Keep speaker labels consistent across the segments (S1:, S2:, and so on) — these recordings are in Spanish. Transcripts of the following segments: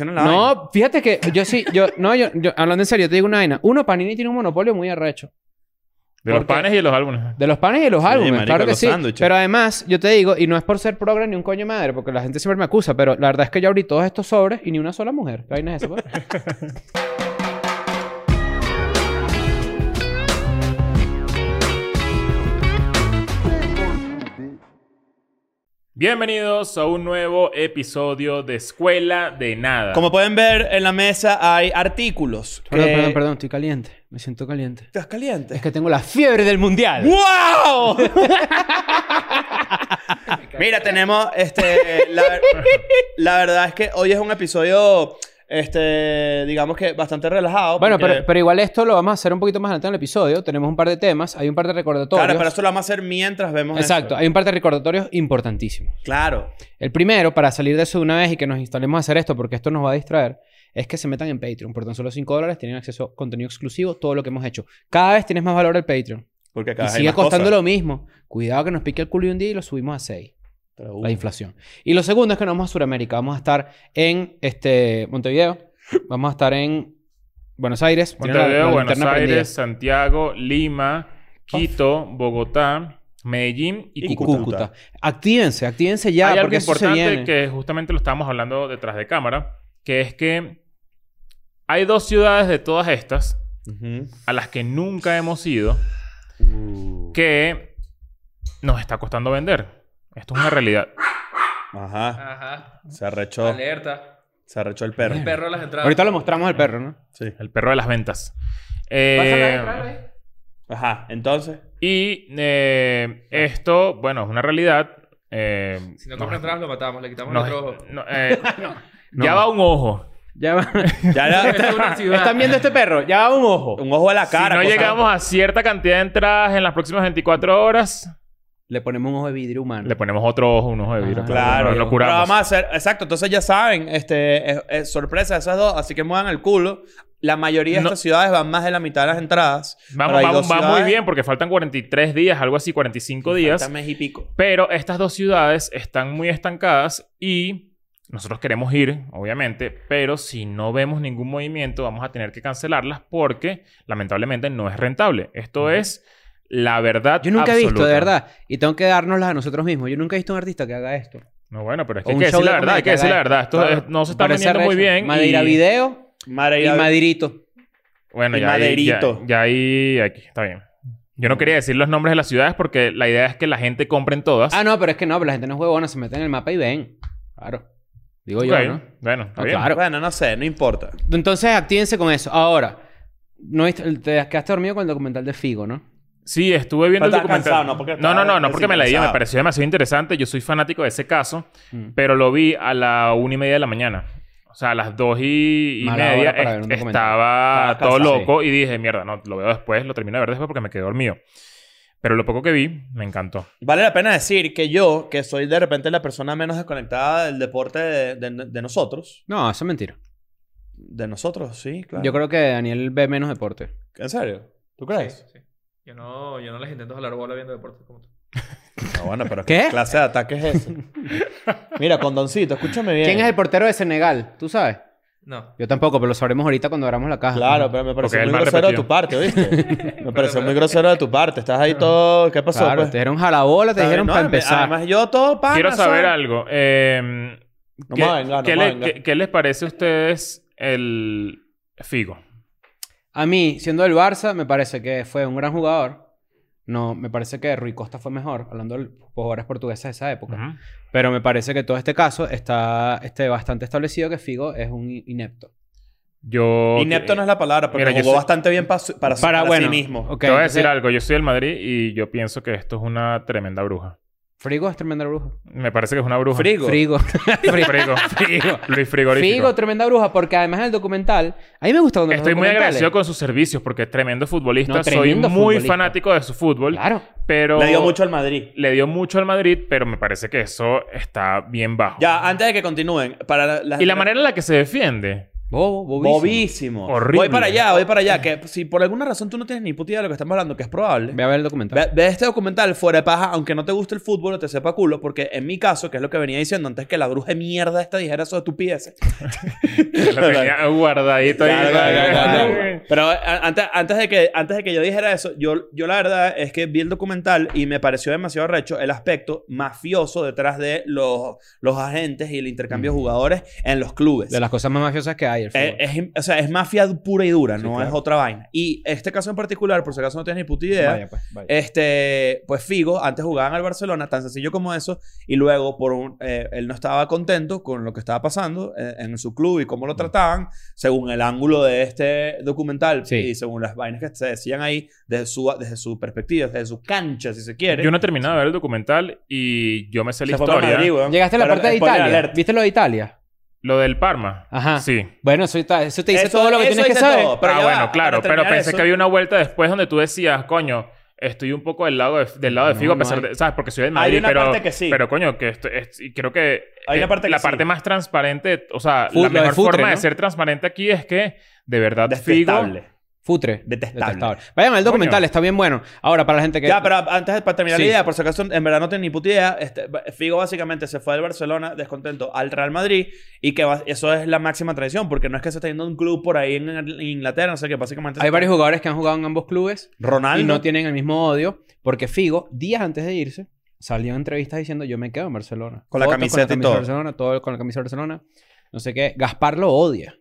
S1: en la vaina.
S2: No, fíjate que yo sí, yo, no, yo, yo- hablando en serio, te digo una vaina. Uno, Panini tiene un monopolio muy arrecho.
S3: De los
S2: Porque-
S3: panes y de los álbumes.
S2: De los panes y de los
S1: Sí,
S2: álbumes,
S1: marico,
S2: claro que
S1: los
S2: sí.
S1: sándwiches.
S2: Pero además, yo te digo, y no es por ser progre ni un coño de madre, porque la gente siempre me acusa, pero la verdad es que yo abrí todos estos sobres y ni una sola mujer. ¿Qué vaina es eso? pues?
S3: Bienvenidos a un nuevo episodio de Escuela de Nada.
S1: Como pueden ver, en la mesa hay artículos.
S2: perdón,
S1: que-
S2: perdón, perdón, estoy caliente. Me siento caliente.
S1: ¿Estás caliente?
S2: Es que tengo la fiebre del mundial.
S1: ¡Wow! Mira, tenemos este. La, la verdad es que hoy es un episodio, este, digamos que bastante relajado.
S2: Bueno,
S1: porque-
S2: pero, pero igual esto lo vamos a hacer un poquito más adelante en el episodio. Tenemos un par de temas, hay un par de recordatorios.
S1: Claro, pero eso lo vamos a hacer mientras vemos.
S2: Exacto,
S1: esto.
S2: hay un par de recordatorios importantísimos.
S1: Claro.
S2: El primero, para salir de eso de una vez y que nos instalemos a hacer esto, porque esto nos va a distraer, es que se metan en Patreon. Por tan solo 5 dólares tienen acceso a contenido exclusivo, todo lo que hemos hecho. Cada vez tienes más valor el Patreon.
S1: Porque acá
S2: Y
S1: hay
S2: sigue
S1: más
S2: costando
S1: cosas.
S2: lo mismo. Cuidado que nos pique el culo un día y lo subimos a 6.
S1: Pero, uh,
S2: La inflación. Y lo segundo es que nos vamos a Sudamérica. Vamos a estar en este, Montevideo. Vamos a estar en Buenos Aires. Tiene la- la
S3: Montevideo, Buenos
S2: linterna
S3: Aires,
S2: prendida.
S3: Santiago, Lima, Quito, Bogotá, Medellín y,
S2: Y
S3: Cúcuta.
S2: Cúcuta. Actívense, actívense ya,
S3: Hay algo
S2: porque eso se
S3: importante
S2: viene.
S3: que justamente lo estábamos hablando detrás de cámara, que es que hay dos ciudades de todas estas
S1: ujú.
S3: a las que nunca hemos ido
S4: Uh.
S3: que nos está costando vender. Esto es una realidad.
S1: Ajá.
S4: Ajá.
S1: Se arrechó.
S4: Alerta.
S1: Se arrechó el
S4: El
S1: perro.
S4: perro a las entradas.
S2: Ahorita lo mostramos al perro, ¿no?
S1: Sí.
S3: El perro de las ventas.
S4: Pásala,
S3: Eh,
S4: entrada, eh.
S1: Ajá. Entonces.
S3: y eh, esto, bueno, es una realidad. Eh,
S4: Si no
S3: nos-
S4: compra entradas, lo matamos, le quitamos
S3: nos-
S4: el otro ojo.
S3: no, eh, Ya va un ojo.
S2: Ya va-
S1: Ya era
S4: Es una ciudad.
S2: Están viendo este perro, ya va un ojo.
S1: un ojo a la cara.
S3: si no
S1: cosa-
S3: llegamos a cierta cantidad de entradas en las próximas 24 horas,
S2: Le ponemos un ojo de vidrio humano.
S3: le ponemos otro ojo, un ojo de vidrio.
S2: Ah,
S1: Claro,
S3: No, lo
S1: Pero
S3: curamos.
S1: vamos a hacer, exacto, entonces ya saben, este, es, es sorpresa esas dos, así que muevan el culo. La mayoría de
S3: No.
S1: estas ciudades van más de la mitad de las entradas.
S3: Vamos,
S1: Pero hay
S3: vamos,
S1: dos
S3: va muy
S1: ciudades-
S3: bien porque faltan 43 días, algo así, 45 días.
S1: Falta mes y pico.
S3: Pero estas dos ciudades están muy estancadas y nosotros queremos ir, obviamente, pero si no vemos ningún movimiento vamos a tener que cancelarlas porque lamentablemente no es rentable. Esto es la verdad.
S2: Yo nunca he visto,
S3: absoluta.
S2: de verdad. Y tengo que dárnoslas a nosotros mismos. Yo nunca he visto a un artista que haga esto.
S3: No, bueno, pero es
S2: O
S3: que hay
S2: un
S3: que
S2: show
S3: decir la
S2: de
S3: verdad,
S2: comedia
S3: hay que decir la
S2: haga
S3: verdad. Esto
S2: Claro.
S3: es- no se está
S2: Parece
S3: vendiendo muy
S2: arrecho.
S3: bien. y-
S2: Madeira Video y
S1: Madeira-
S2: Madirito.
S3: Bueno,
S1: Y
S3: ya ahí, ya,
S1: Maderito.
S3: ya ahí, aquí, está bien. Yo no quería decir los nombres de las ciudades porque la idea es que la gente compre en todas.
S2: Ah, no, pero es que no, pero la gente no es huevona. Se mete en el mapa y ven. Claro. Digo
S3: Ok.
S2: yo, ¿no?
S3: Bueno, está
S2: No,
S3: bien.
S2: claro.
S1: Bueno, no sé, no importa.
S2: Entonces, actívense con eso. Ahora, no viste- te quedaste dormido con el documental de Figo, ¿no?
S3: Sí, estuve
S1: Pero
S3: viendo el
S1: estaba
S3: documental.
S1: cansado, ¿no? Porque
S3: no, no, no, no, porque me la di, me
S1: desinteresado.
S3: pareció demasiado interesante. Yo soy fanático de ese caso,
S2: Mm.
S3: pero lo vi a la una y media de la mañana. O sea, a las dos y, y
S2: Mala
S3: media
S2: hora para
S3: est-
S2: ver un documental.
S3: estaba
S1: Estabas
S3: todo
S1: cansado.
S3: loco y dije, mierda, no, lo veo después, lo termino de ver después porque me quedé dormido. Pero lo poco que vi, me encantó.
S1: Vale la pena decir que yo, que soy de repente la persona menos desconectada del deporte de, de- de nosotros.
S2: No, eso es mentira.
S1: De nosotros, sí, claro.
S2: Yo creo que Daniel ve menos deporte.
S1: ¿En serio? ¿Tú crees?
S4: Sí, sí. Yo no, yo no les intento jalar bola viendo deportes como tú.
S1: No, bueno, pero
S2: ¿Qué?
S1: ¿qué clase de ataque es ese? Mira, condoncito, escúchame bien.
S2: ¿Quién es el portero de Senegal? ¿Tú sabes?
S4: No.
S2: Yo tampoco, pero lo sabremos ahorita cuando abramos la caja.
S1: Claro, pero me pareció
S3: Porque es el
S1: muy
S3: más
S1: grosero de
S3: repetido.
S1: tu parte, ¿oíste? Me pareció
S4: Pero-
S1: muy grosero de tu parte. Estás ahí todo... ¿Qué pasó?
S2: Claro,
S1: pues?
S2: te dijeron jalabola, te
S1: Está bien,
S2: dijeron
S1: no,
S2: para
S1: me-
S2: empezar.
S1: Además, yo todo
S2: Ah,
S1: pana,
S3: Quiero saber
S1: ¿sabes?
S3: algo. Eh,
S1: No
S3: ¿qué,
S1: me vengas, no me
S3: qué le-
S1: vengas.
S3: qué- qué les parece a ustedes el Figo?
S2: A mí, siendo del Barça, me parece que fue un gran jugador. No, me parece que Rui Costa fue mejor, hablando de los jugadores portugueses de esa época.
S3: Ujú.
S2: Pero me parece que todo este caso está este, bastante establecido que Figo es un i- inepto.
S3: Yo...
S1: Inepto no es la palabra, pero
S3: Mira, yo
S1: jugó
S3: soy-
S1: bastante bien pa su- para, su- para sí mismo.
S2: ok,
S3: Te voy a
S2: entonces,
S3: decir algo. Yo soy del Madrid y yo pienso que esto es una tremenda bruja.
S2: Frigo es tremenda bruja.
S3: Me parece que es una bruja.
S1: Frigo.
S2: Frigo. Frigo.
S3: Frigo. Luis Frigorífico.
S2: Figo, tremenda bruja, porque además en el documental, a mí me gusta cuando los
S3: Estoy muy
S2: documentales-
S3: agradecido con sus servicios porque es tremendo futbolista.
S2: No,
S3: Soy
S2: tremendo
S3: muy
S2: futbolista.
S3: fanático de su fútbol.
S2: Claro.
S3: Pero...
S1: Le dio mucho al Madrid.
S3: Le dio mucho al Madrid, pero me parece que eso está bien bajo.
S1: Ya, antes de que continúen, para la- las...
S3: Y la manera en la que se defiende.
S2: Bobo, bobísimo.
S1: Bobísimo.
S3: Horrible.
S1: Voy para allá, voy para allá. Que si por alguna razón tú no tienes ni puta idea de lo que estamos hablando, que es probable.
S2: Ve a ver el documental.
S1: Ve, ve este documental fuera de paja, aunque no te guste el fútbol o te sepa culo, porque en mi caso, que es lo que venía diciendo antes que la bruja de mierda esta dijera eso de tu
S3: Lo tenía guardadito ahí.
S1: Claro, claro, claro, claro. Pero eh, a- antes, antes, de que, antes de que yo dijera eso, yo, yo la verdad es que vi el documental y me pareció demasiado recho el aspecto mafioso detrás de los, los agentes y el intercambio de jugadores en los clubes.
S2: Mm. De las cosas más mafiosas que hay. el
S1: Eh,
S2: fútbol.
S1: es, o sea, es mafia pura y dura,
S2: Sí,
S1: no
S2: claro.
S1: es otra vaina. Y este caso en particular, por si acaso no tienes ni puta idea,
S2: Vaya, pues, vaya.
S1: este, pues Figo antes jugaban al Barcelona, tan sencillo como eso, y luego por un- eh, él no estaba contento con lo que estaba pasando eh, en su club y
S3: Mm.
S1: cómo lo trataban, según el ángulo de este documental
S2: Sí.
S1: y según las vainas que se decían ahí desde su, desde su perspectiva, desde su cancha, si se quiere.
S3: Yo no he terminado de ver el documental y yo me sé la
S1: Se fue para
S3: historia.
S1: Madrid, weón.
S2: Llegaste a la
S1: Pero,
S2: parte de
S1: spoiler
S2: Italia.
S1: alert.
S2: ¿Viste lo de Italia?
S3: Lo del Parma.
S2: Ajá.
S3: Sí.
S2: Bueno, eso, está- eso te dice
S1: Eso-
S2: todo lo que
S1: eso
S2: tienes que
S1: dice
S2: saber.
S1: todo. Pero
S3: ah,
S1: ya
S3: bueno,
S1: va,
S3: claro.
S1: para
S3: Pero
S1: terminar
S3: pensé
S1: eso-
S3: que había una vuelta después donde tú decías, coño, estoy un poco del lado de, del lado de
S2: No,
S3: Figo, a
S2: no
S3: pesar
S2: hay.
S3: de. ¿Sabes? Porque soy del
S1: Hay
S3: Madrid,
S1: una
S3: pero.
S1: parte que sí.
S3: Pero, coño, que esto, es- y creo que.
S1: Hay una
S3: eh,
S1: parte que
S3: La
S1: sí.
S3: parte más transparente, o sea,
S2: Fut- lo
S3: la
S2: de
S3: mejor
S2: Futre,
S3: forma de
S2: ¿no?
S3: ser transparente aquí es que, de verdad, Figo.
S1: Detestable.
S2: Futre.
S1: Detestable.
S2: Vayan al documental,
S3: Coño.
S2: está bien bueno. Ahora, para la gente que.
S1: Ya, pero antes de- para terminar
S2: Sí.
S1: la idea, por si acaso en verdad no tengo ni puta idea, este, Figo básicamente se fue del Barcelona descontento al Real Madrid y que va- eso es la máxima traición porque no es que se está yendo a un club por ahí en, en Inglaterra, no sé qué, básicamente...
S2: Hay varios jugadores que han jugado en ambos clubes
S1: Ronaldo.
S2: y no tienen el mismo odio porque Figo, días antes de irse, salió en entrevistas diciendo: Yo me quedo en Barcelona.
S1: Con la camiseta y
S2: con la
S1: todo.
S2: de Barcelona, todo con la camiseta de Barcelona. No sé qué. Gaspar lo odia.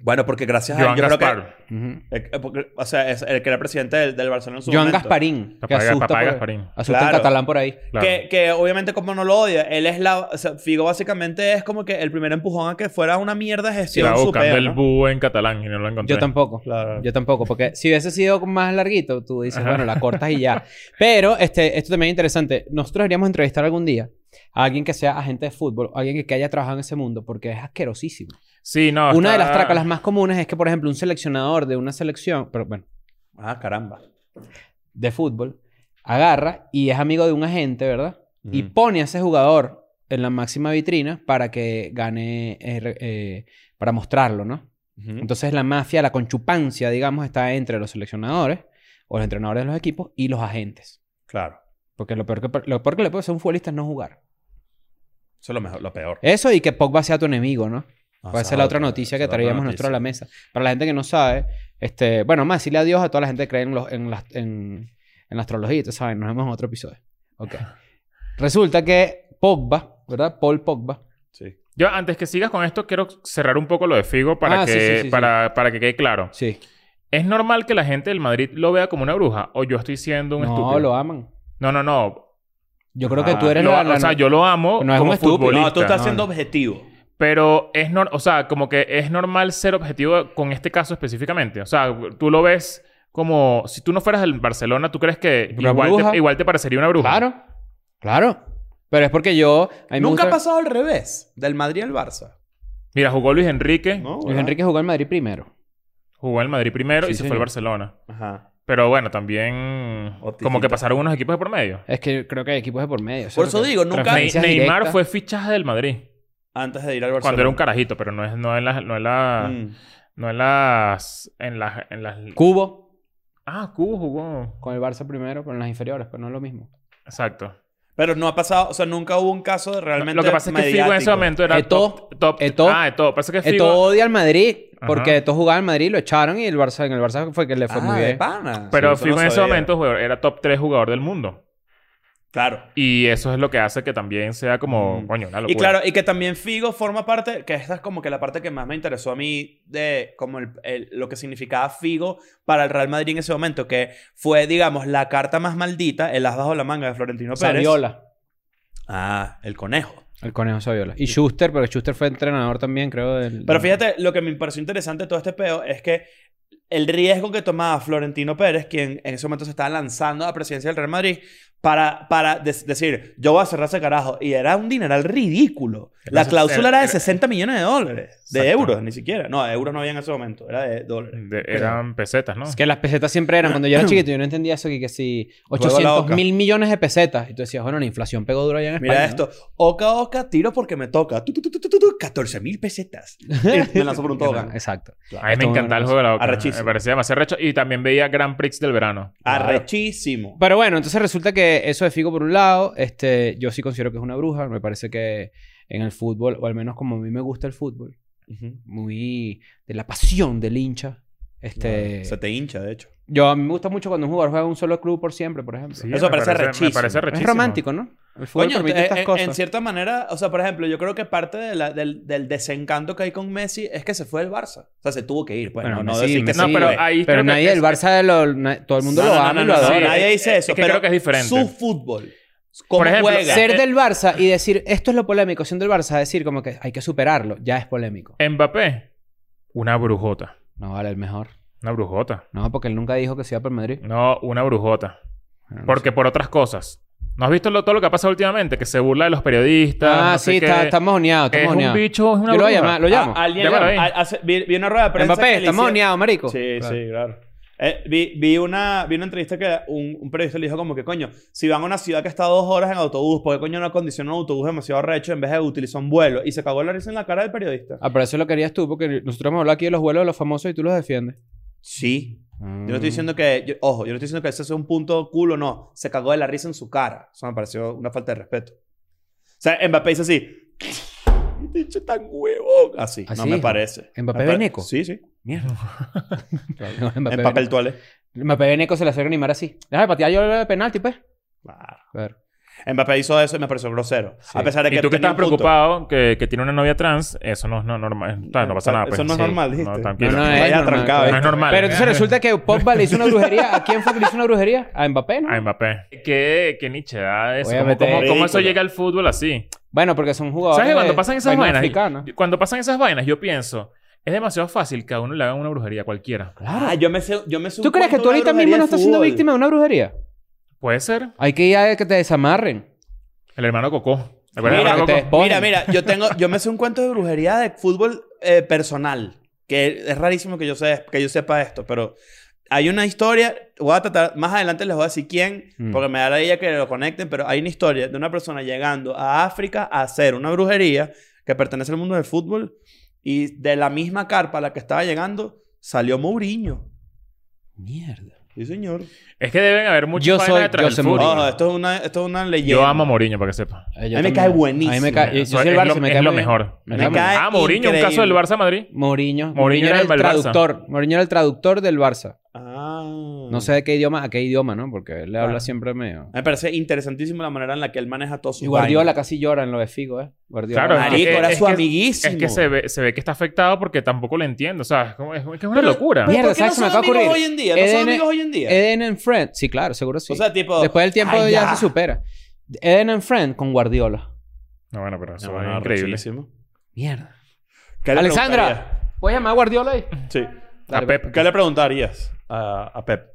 S1: Bueno, porque gracias a
S3: Joan
S1: él, yo creo
S3: Gaspar.
S2: Ujú.
S1: que... eh, eh, porque- o sea, es el que era presidente del, del Barcelona en su
S2: Joan
S1: momento.
S2: Gasparín.
S3: Papá,
S2: que asusta pues.
S3: papá
S2: por-
S3: Gasparín.
S2: Asusta en
S1: Claro.
S2: catalán por ahí.
S3: Claro.
S1: Que, que obviamente como no lo odia, él es la... o sea, Figo básicamente es como que el primer empujón a que fuera una mierda de
S3: Estaba
S1: gestión
S3: buscando
S1: super,
S3: el
S1: ¿no?
S3: búho en catalán y no lo encontré.
S2: Yo tampoco.
S1: Claro.
S2: Yo tampoco, porque si hubiese sido más larguito, tú dices, bueno, la cortas y ya. Pero este, esto también es interesante. Nosotros deberíamos entrevistar algún día a alguien que sea agente de fútbol, alguien que, que haya trabajado en ese mundo, porque es asquerosísimo.
S3: Sí,
S2: Una
S3: no.
S2: de
S3: Ah, está-
S2: las trácalas más comunes es que, por ejemplo, un seleccionador de una selección, pero bueno,
S1: Ah, caramba.
S2: de fútbol, agarra y es amigo de un agente, ¿verdad? Y
S1: Ujú.
S2: pone a ese jugador en la máxima vitrina para que gane, eh, re- eh, para mostrarlo, ¿no? Entonces la mafia, la conchupancia, digamos, está entre los seleccionadores o los entrenadores de los equipos y los agentes.
S1: Claro.
S2: Porque lo peor que, lo peor que le puede hacer a un futbolista es no jugar.
S1: Eso es lo, mejor, lo peor.
S2: Eso y que Pogba sea tu enemigo, ¿no?
S1: Ah,
S2: Puede
S1: esa
S2: ser la otra
S1: otra,
S2: noticia
S1: esa
S2: que
S1: es la otra
S2: traíamos
S1: noticia.
S2: nosotros a la mesa. Para la gente que no sabe, este, bueno, más decirle adiós a toda la gente que cree en, los, en, las- en, en la astrología, y todo, ¿saben? Nos vemos en otro episodio. Ok. Resulta que Pogba, ¿verdad? Paul Pogba.
S1: Sí.
S3: Yo, antes que sigas con esto, quiero cerrar un poco lo de Figo para,
S2: Ah,
S3: que,
S2: sí, sí, sí, sí.
S3: para, para que quede claro.
S2: Sí.
S3: ¿Es normal que la gente del Madrid lo vea como una bruja? ¿O yo estoy siendo un
S2: no,
S3: estúpido?
S2: lo aman.
S3: No, no, no.
S2: Yo creo que
S1: Ah,
S2: tú eres
S3: Lo-
S2: la, la-
S3: o sea, yo lo amo
S2: No es un
S3: como
S2: estúpido.
S3: futbolista.
S1: No, tú estás
S2: no,
S1: siendo
S2: no.
S1: objetivo.
S3: Pero es nor- o sea, como que es normal ser objetivo con este caso específicamente. O sea, tú lo ves como si tú no fueras del Barcelona, tú crees que
S2: Una
S3: igual
S2: bruja.
S3: te, igual te parecería una bruja.
S2: Claro, claro. Pero es porque yo... a mí me
S1: Nunca ha
S2: gusta-
S1: pasado al revés, del Madrid al Barça.
S3: Mira, jugó Luis Enrique,
S1: ¿No?
S2: Luis
S1: ¿verdad?
S2: Enrique jugó en Madrid primero.
S3: jugó en el Madrid primero
S2: Sí,
S3: y se
S2: señor.
S3: fue al Barcelona.
S1: Ajá.
S3: Pero bueno, también
S1: Opticita.
S3: como que pasaron unos equipos de por medio.
S2: Es que creo que hay equipos de por medio. o sea,
S1: Por eso
S2: porque-
S1: digo, nunca
S3: Ney-
S2: Transferencias
S3: Neymar
S2: directas.
S3: fue fichaje del Madrid
S1: antes de ir al Barcelona.
S3: cuando era un carajito, pero no es no en las no en la-
S1: Mm.
S3: no en las en las en las
S2: Cubo
S3: Ah, Cubo jugó.
S2: con el Barça primero, pero en las inferiores, pero no es lo mismo.
S3: Exacto.
S1: Pero no ha pasado, o sea, nunca hubo un caso de realmente.
S3: Lo que pasa es que Figo en ese
S1: mediático.
S3: momento era
S2: Eto'o,
S3: top, top.
S2: Eto'o.
S3: Ah, Eto'o. Pasa que
S2: Eto
S3: Figo...
S2: odia al Madrid,
S3: Ajá.
S2: porque Eto jugaba en Madrid, lo echaron y el Barça, en el Barça fue que le fue
S1: Ah,
S2: muy
S1: de
S2: bien.
S1: pana. Sí,
S3: Pero
S1: eso
S3: Figo
S1: no
S3: en ese
S1: sabía.
S3: momento jugador- era top 3 jugador del mundo.
S1: Claro.
S3: Y eso es lo que hace que también sea como,
S1: Mm.
S3: coño, una locura.
S1: Y claro, y que también Figo forma parte, que esta es como que la parte que más me interesó a mí de como el- el- lo que significaba Figo para el Real Madrid en ese momento, que fue, digamos, la carta más maldita, el as bajo la manga de Florentino Pérez.
S2: Saviola.
S1: Ah, el conejo.
S2: El conejo Saviola. Y Schuster, pero Schuster fue entrenador también, creo. del-
S1: Pero fíjate, lo que me pareció interesante de todo este peo es que el riesgo que tomaba Florentino Pérez, quien en ese momento se estaba lanzando a la presidencia del Real Madrid, para, para des- decir, yo voy a cerrar ese carajo. Y era un dineral ridículo. La
S3: Entonces,
S1: cláusula
S3: era-
S1: era de
S3: era-
S1: 60 millones de dólares. De
S3: Exacto.
S1: euros, ni siquiera. No, euros no había en ese momento. Era de dólares.
S3: De- eran pesetas, ¿no?
S2: Es que las pesetas siempre eran. Cuando yo era chiquito, yo no entendía eso. Que, que si
S1: Juego a la
S2: 800
S1: oca.
S2: mil millones de pesetas. Y tú decías, bueno, la inflación pegó duro allá en España.
S1: Mira
S2: ¿no?
S1: esto. Oca, oca, tiro porque me toca. Tu, tu, tu, tu, tu, tu, tu, 14 mil pesetas. Y me lanzó por un tobogán.
S2: Exacto.
S3: A mí
S2: Esto
S3: me
S2: es una
S3: encantaba el
S2: cosa
S3: juego de la Oca.
S1: arrechísimo.
S3: Me parecía demasiado recho. Y también veía Grand Prix del verano.
S1: Arrechísimo.
S2: Pero bueno, entonces resulta que eso de Figo por un lado, este, yo sí considero que es una bruja. Me parece que en el fútbol, o al menos como a mí me gusta el fútbol,
S1: Ujú.
S2: muy de la pasión del hincha. Este,
S1: Se te hincha, de hecho.
S2: yo a mí me gusta mucho cuando un jugador juega en un solo club por siempre, por ejemplo.
S3: Sí,
S1: Eso parece
S3: Me parece
S1: arrechísimo.
S2: es
S3: arrechísimo.
S2: romántico, ¿no? El fútbol
S1: Coño,
S2: permite
S1: eh,
S2: estas
S1: eh,
S2: cosas.
S1: en cierta manera, o sea, por ejemplo, yo creo que parte de la- del, del desencanto que hay con Messi es que se fue del Barça. O sea, se tuvo que ir. Pues, no,
S2: Bueno,
S1: no
S2: Messi-
S1: decir que
S2: Messi-
S1: se
S3: No, pero
S1: fue.
S3: ahí
S2: Pero
S3: creo que
S2: nadie
S3: es-
S2: del Barça, lo- na- todo el mundo
S1: No,
S2: lo
S1: no,
S2: ama
S1: no,
S2: y lo
S1: no,
S2: adora.
S3: sí,
S1: nadie
S3: es-
S1: dice eso.
S3: es que
S1: pero
S3: creo que es diferente.
S1: Su fútbol. Cómo
S3: Por ejemplo,
S1: juega.
S2: Ser
S3: Eh,
S2: del Barça y decir esto es lo polémico, siendo el Barça, decir como que hay que superarlo, ya es polémico.
S3: Mbappé, una brujota.
S2: No vale el mejor.
S3: Una brujota.
S2: No, porque él nunca dijo que se iba por Madrid.
S3: No, una brujota.
S2: Bueno, Ah, no
S3: Porque por otras cosas. ¿No has visto lo- todo lo que ha pasado últimamente? Que se burla de los periodistas.
S2: Ah,
S3: no sé
S2: sí,
S3: qué.
S2: está, estamos oneados,
S3: Es
S2: estamos
S3: un
S2: oneados.
S3: bicho, es una
S2: Yo lo voy a
S3: bruja. Ah,
S2: llamar, lo llamo.
S1: A- alguien,
S3: Llámalo ahí.
S1: a- hace- vi, vi una rueda de prensa. que
S2: Mbappé,
S1: le
S2: estamos
S1: hicieron-
S2: oneados, marico.
S1: Sí,
S2: Claro.
S1: sí, claro. Eh, vi, vi una, vi una entrevista que un, un periodista le dijo como que, coño, si van a una ciudad que está dos horas en autobús, ¿por qué coño no acondicionan un autobús demasiado recho en vez de utilizar un vuelo? Y se cagó la risa en la cara del periodista.
S2: Ah, pero eso lo querías tú, porque nosotros hemos hablado aquí de los vuelos de los famosos y tú los defiendes.
S1: Sí,
S2: Yo
S3: Mm.
S1: Yo no estoy diciendo que, yo- ojo, yo no estoy diciendo que eso sea un punto culo, no. Se cagó de la risa en su cara. Eso me pareció una falta de respeto. O sea, Mbappé dice así. Dicho tan huevón. Así,
S2: Así
S1: no me
S2: dijo.
S1: parece.
S2: ¿Ah, ¿Mbappé
S1: Me pare-
S2: Beneco?
S1: Sí, sí.
S3: Mierda.
S1: en papel toalé.
S2: Mbappé Beneco se le acerca a animar así. Déjame patear yo el penalti, pues.
S1: Claro.
S2: Claro.
S1: Mbappé hizo eso y me pareció grosero.
S2: Sí.
S1: A pesar de que
S3: Y tú que
S1: tenía
S3: estás
S1: un punto.
S3: preocupado que, que tiene una novia trans, eso no es no, normal. No, no pasa nada. pues.
S1: Eh, Eso no es
S2: Sí.
S1: normal,
S3: No,
S1: dijiste.
S3: tranquilo.
S2: No, no,
S1: Vaya
S2: es normal,
S1: trancado,
S2: claro.
S1: ¿viste?
S3: No es normal.
S2: Pero entonces resulta que Pogba le hizo una brujería. ¿A quién fue que le hizo una brujería? A Mbappé, ¿no?
S3: A Mbappé. Qué, qué nichedad ah, eso. ¿Cómo,
S2: Obviamente,
S3: cómo- cómo eso
S1: ridículo.
S3: llega al fútbol así?
S2: Bueno, porque son jugadores.
S3: ¿Sabes?
S2: de
S3: Cuando pasan esas
S2: vainas
S3: vainas.
S2: africanas.
S3: Cuando pasan esas vainas, yo pienso, es demasiado fácil que a uno le hagan una brujería a cualquiera.
S2: Claro.
S1: Ah, yo me sé, yo me sé
S2: ¿Tú
S1: un
S2: crees que
S1: cuento
S2: tú
S1: de una
S2: ahorita mismo
S1: brujería
S2: no
S1: de
S2: estás siendo
S1: fútbol.
S2: víctima de una brujería?
S3: Puede ser
S2: Hay que ir a que te desamarren.
S3: el hermano Cocó. ¿Te acuerdas del
S1: Mira,
S3: hermano
S2: que te
S3: Cocó?
S2: despojen.
S1: Mira, mira, yo tengo, yo me sé un cuento de brujería de fútbol eh, personal, que es rarísimo que yo, se- que yo sepa esto, pero hay una historia, voy a tratar, más adelante les voy a decir quién,
S2: Mm.
S1: porque me da la idea que lo conecten, pero hay una historia de una persona llegando a África a hacer una brujería que pertenece al mundo del fútbol y de la misma carpa a la que estaba llegando salió Mourinho.
S2: Mierda.
S1: Sí, señor.
S3: Es que deben haber muchas
S2: Yo
S3: vainas
S2: soy-
S3: detrás
S2: yo
S3: del
S2: soy
S3: fútbol.
S2: Mourinho.
S1: Ojo, esto es una, esto es una leyenda.
S3: Yo amo a Mourinho, para que sepa.
S2: A mí
S1: A mí me cae buenísimo.
S2: A mí me cae. Ah, Yo
S3: Eso
S2: soy el
S3: es
S2: Barça,
S3: lo-
S2: me
S3: es
S2: cae
S3: lo
S2: muy bien.
S3: mejor.
S2: Me
S1: Me
S2: cae muy
S1: cae-
S2: bien.
S3: Ah, Mourinho, un caso del
S1: increíble.
S3: Barça Madrid.
S2: Mourinho.
S3: Mourinho
S2: Mourinho
S3: era
S2: era el
S3: el del Barça.
S2: traductor. Mourinho era el traductor del Barça.
S1: Ah.
S3: Mm.
S2: No sé de qué idioma, a qué idioma, ¿no? Porque él le habla
S1: Claro.
S2: siempre medio.
S1: Me parece interesantísimo la manera en la que él maneja todo su
S2: Y Guardiola casi llora en lo de Figo, ¿eh? Guardiola.
S3: Claro,
S1: Marico,
S3: Eh,
S1: era
S3: es
S1: su
S3: que-
S1: amiguísimo.
S3: Es que se ve, se ve que está afectado porque tampoco lo entiendo. O sea, es, como- es que es una locura.
S2: Mierda,
S1: ¿por qué
S2: ¿sabes qué
S1: no
S2: me acaba de
S1: son amigos
S2: ocurrir?
S1: hoy
S2: E
S1: en día? ¿No son
S2: EDN
S1: amigos hoy en día?
S2: Eden and Friend. Sí, claro, seguro sí.
S1: O sea, tipo...
S2: Después del tiempo
S1: ay,
S2: ya. se supera. Eden and Friend con Guardiola.
S3: No, bueno, pero eso
S1: No, no,
S3: es increíble.
S1: rechísimo.
S2: Mierda.
S1: ¿Qué le
S2: Alexandra, ¿puedes llamar a Guardiola ahí?
S1: preguntarías? Sí.
S3: A Pep.
S1: ¿Qué le preguntarías a, a Pep?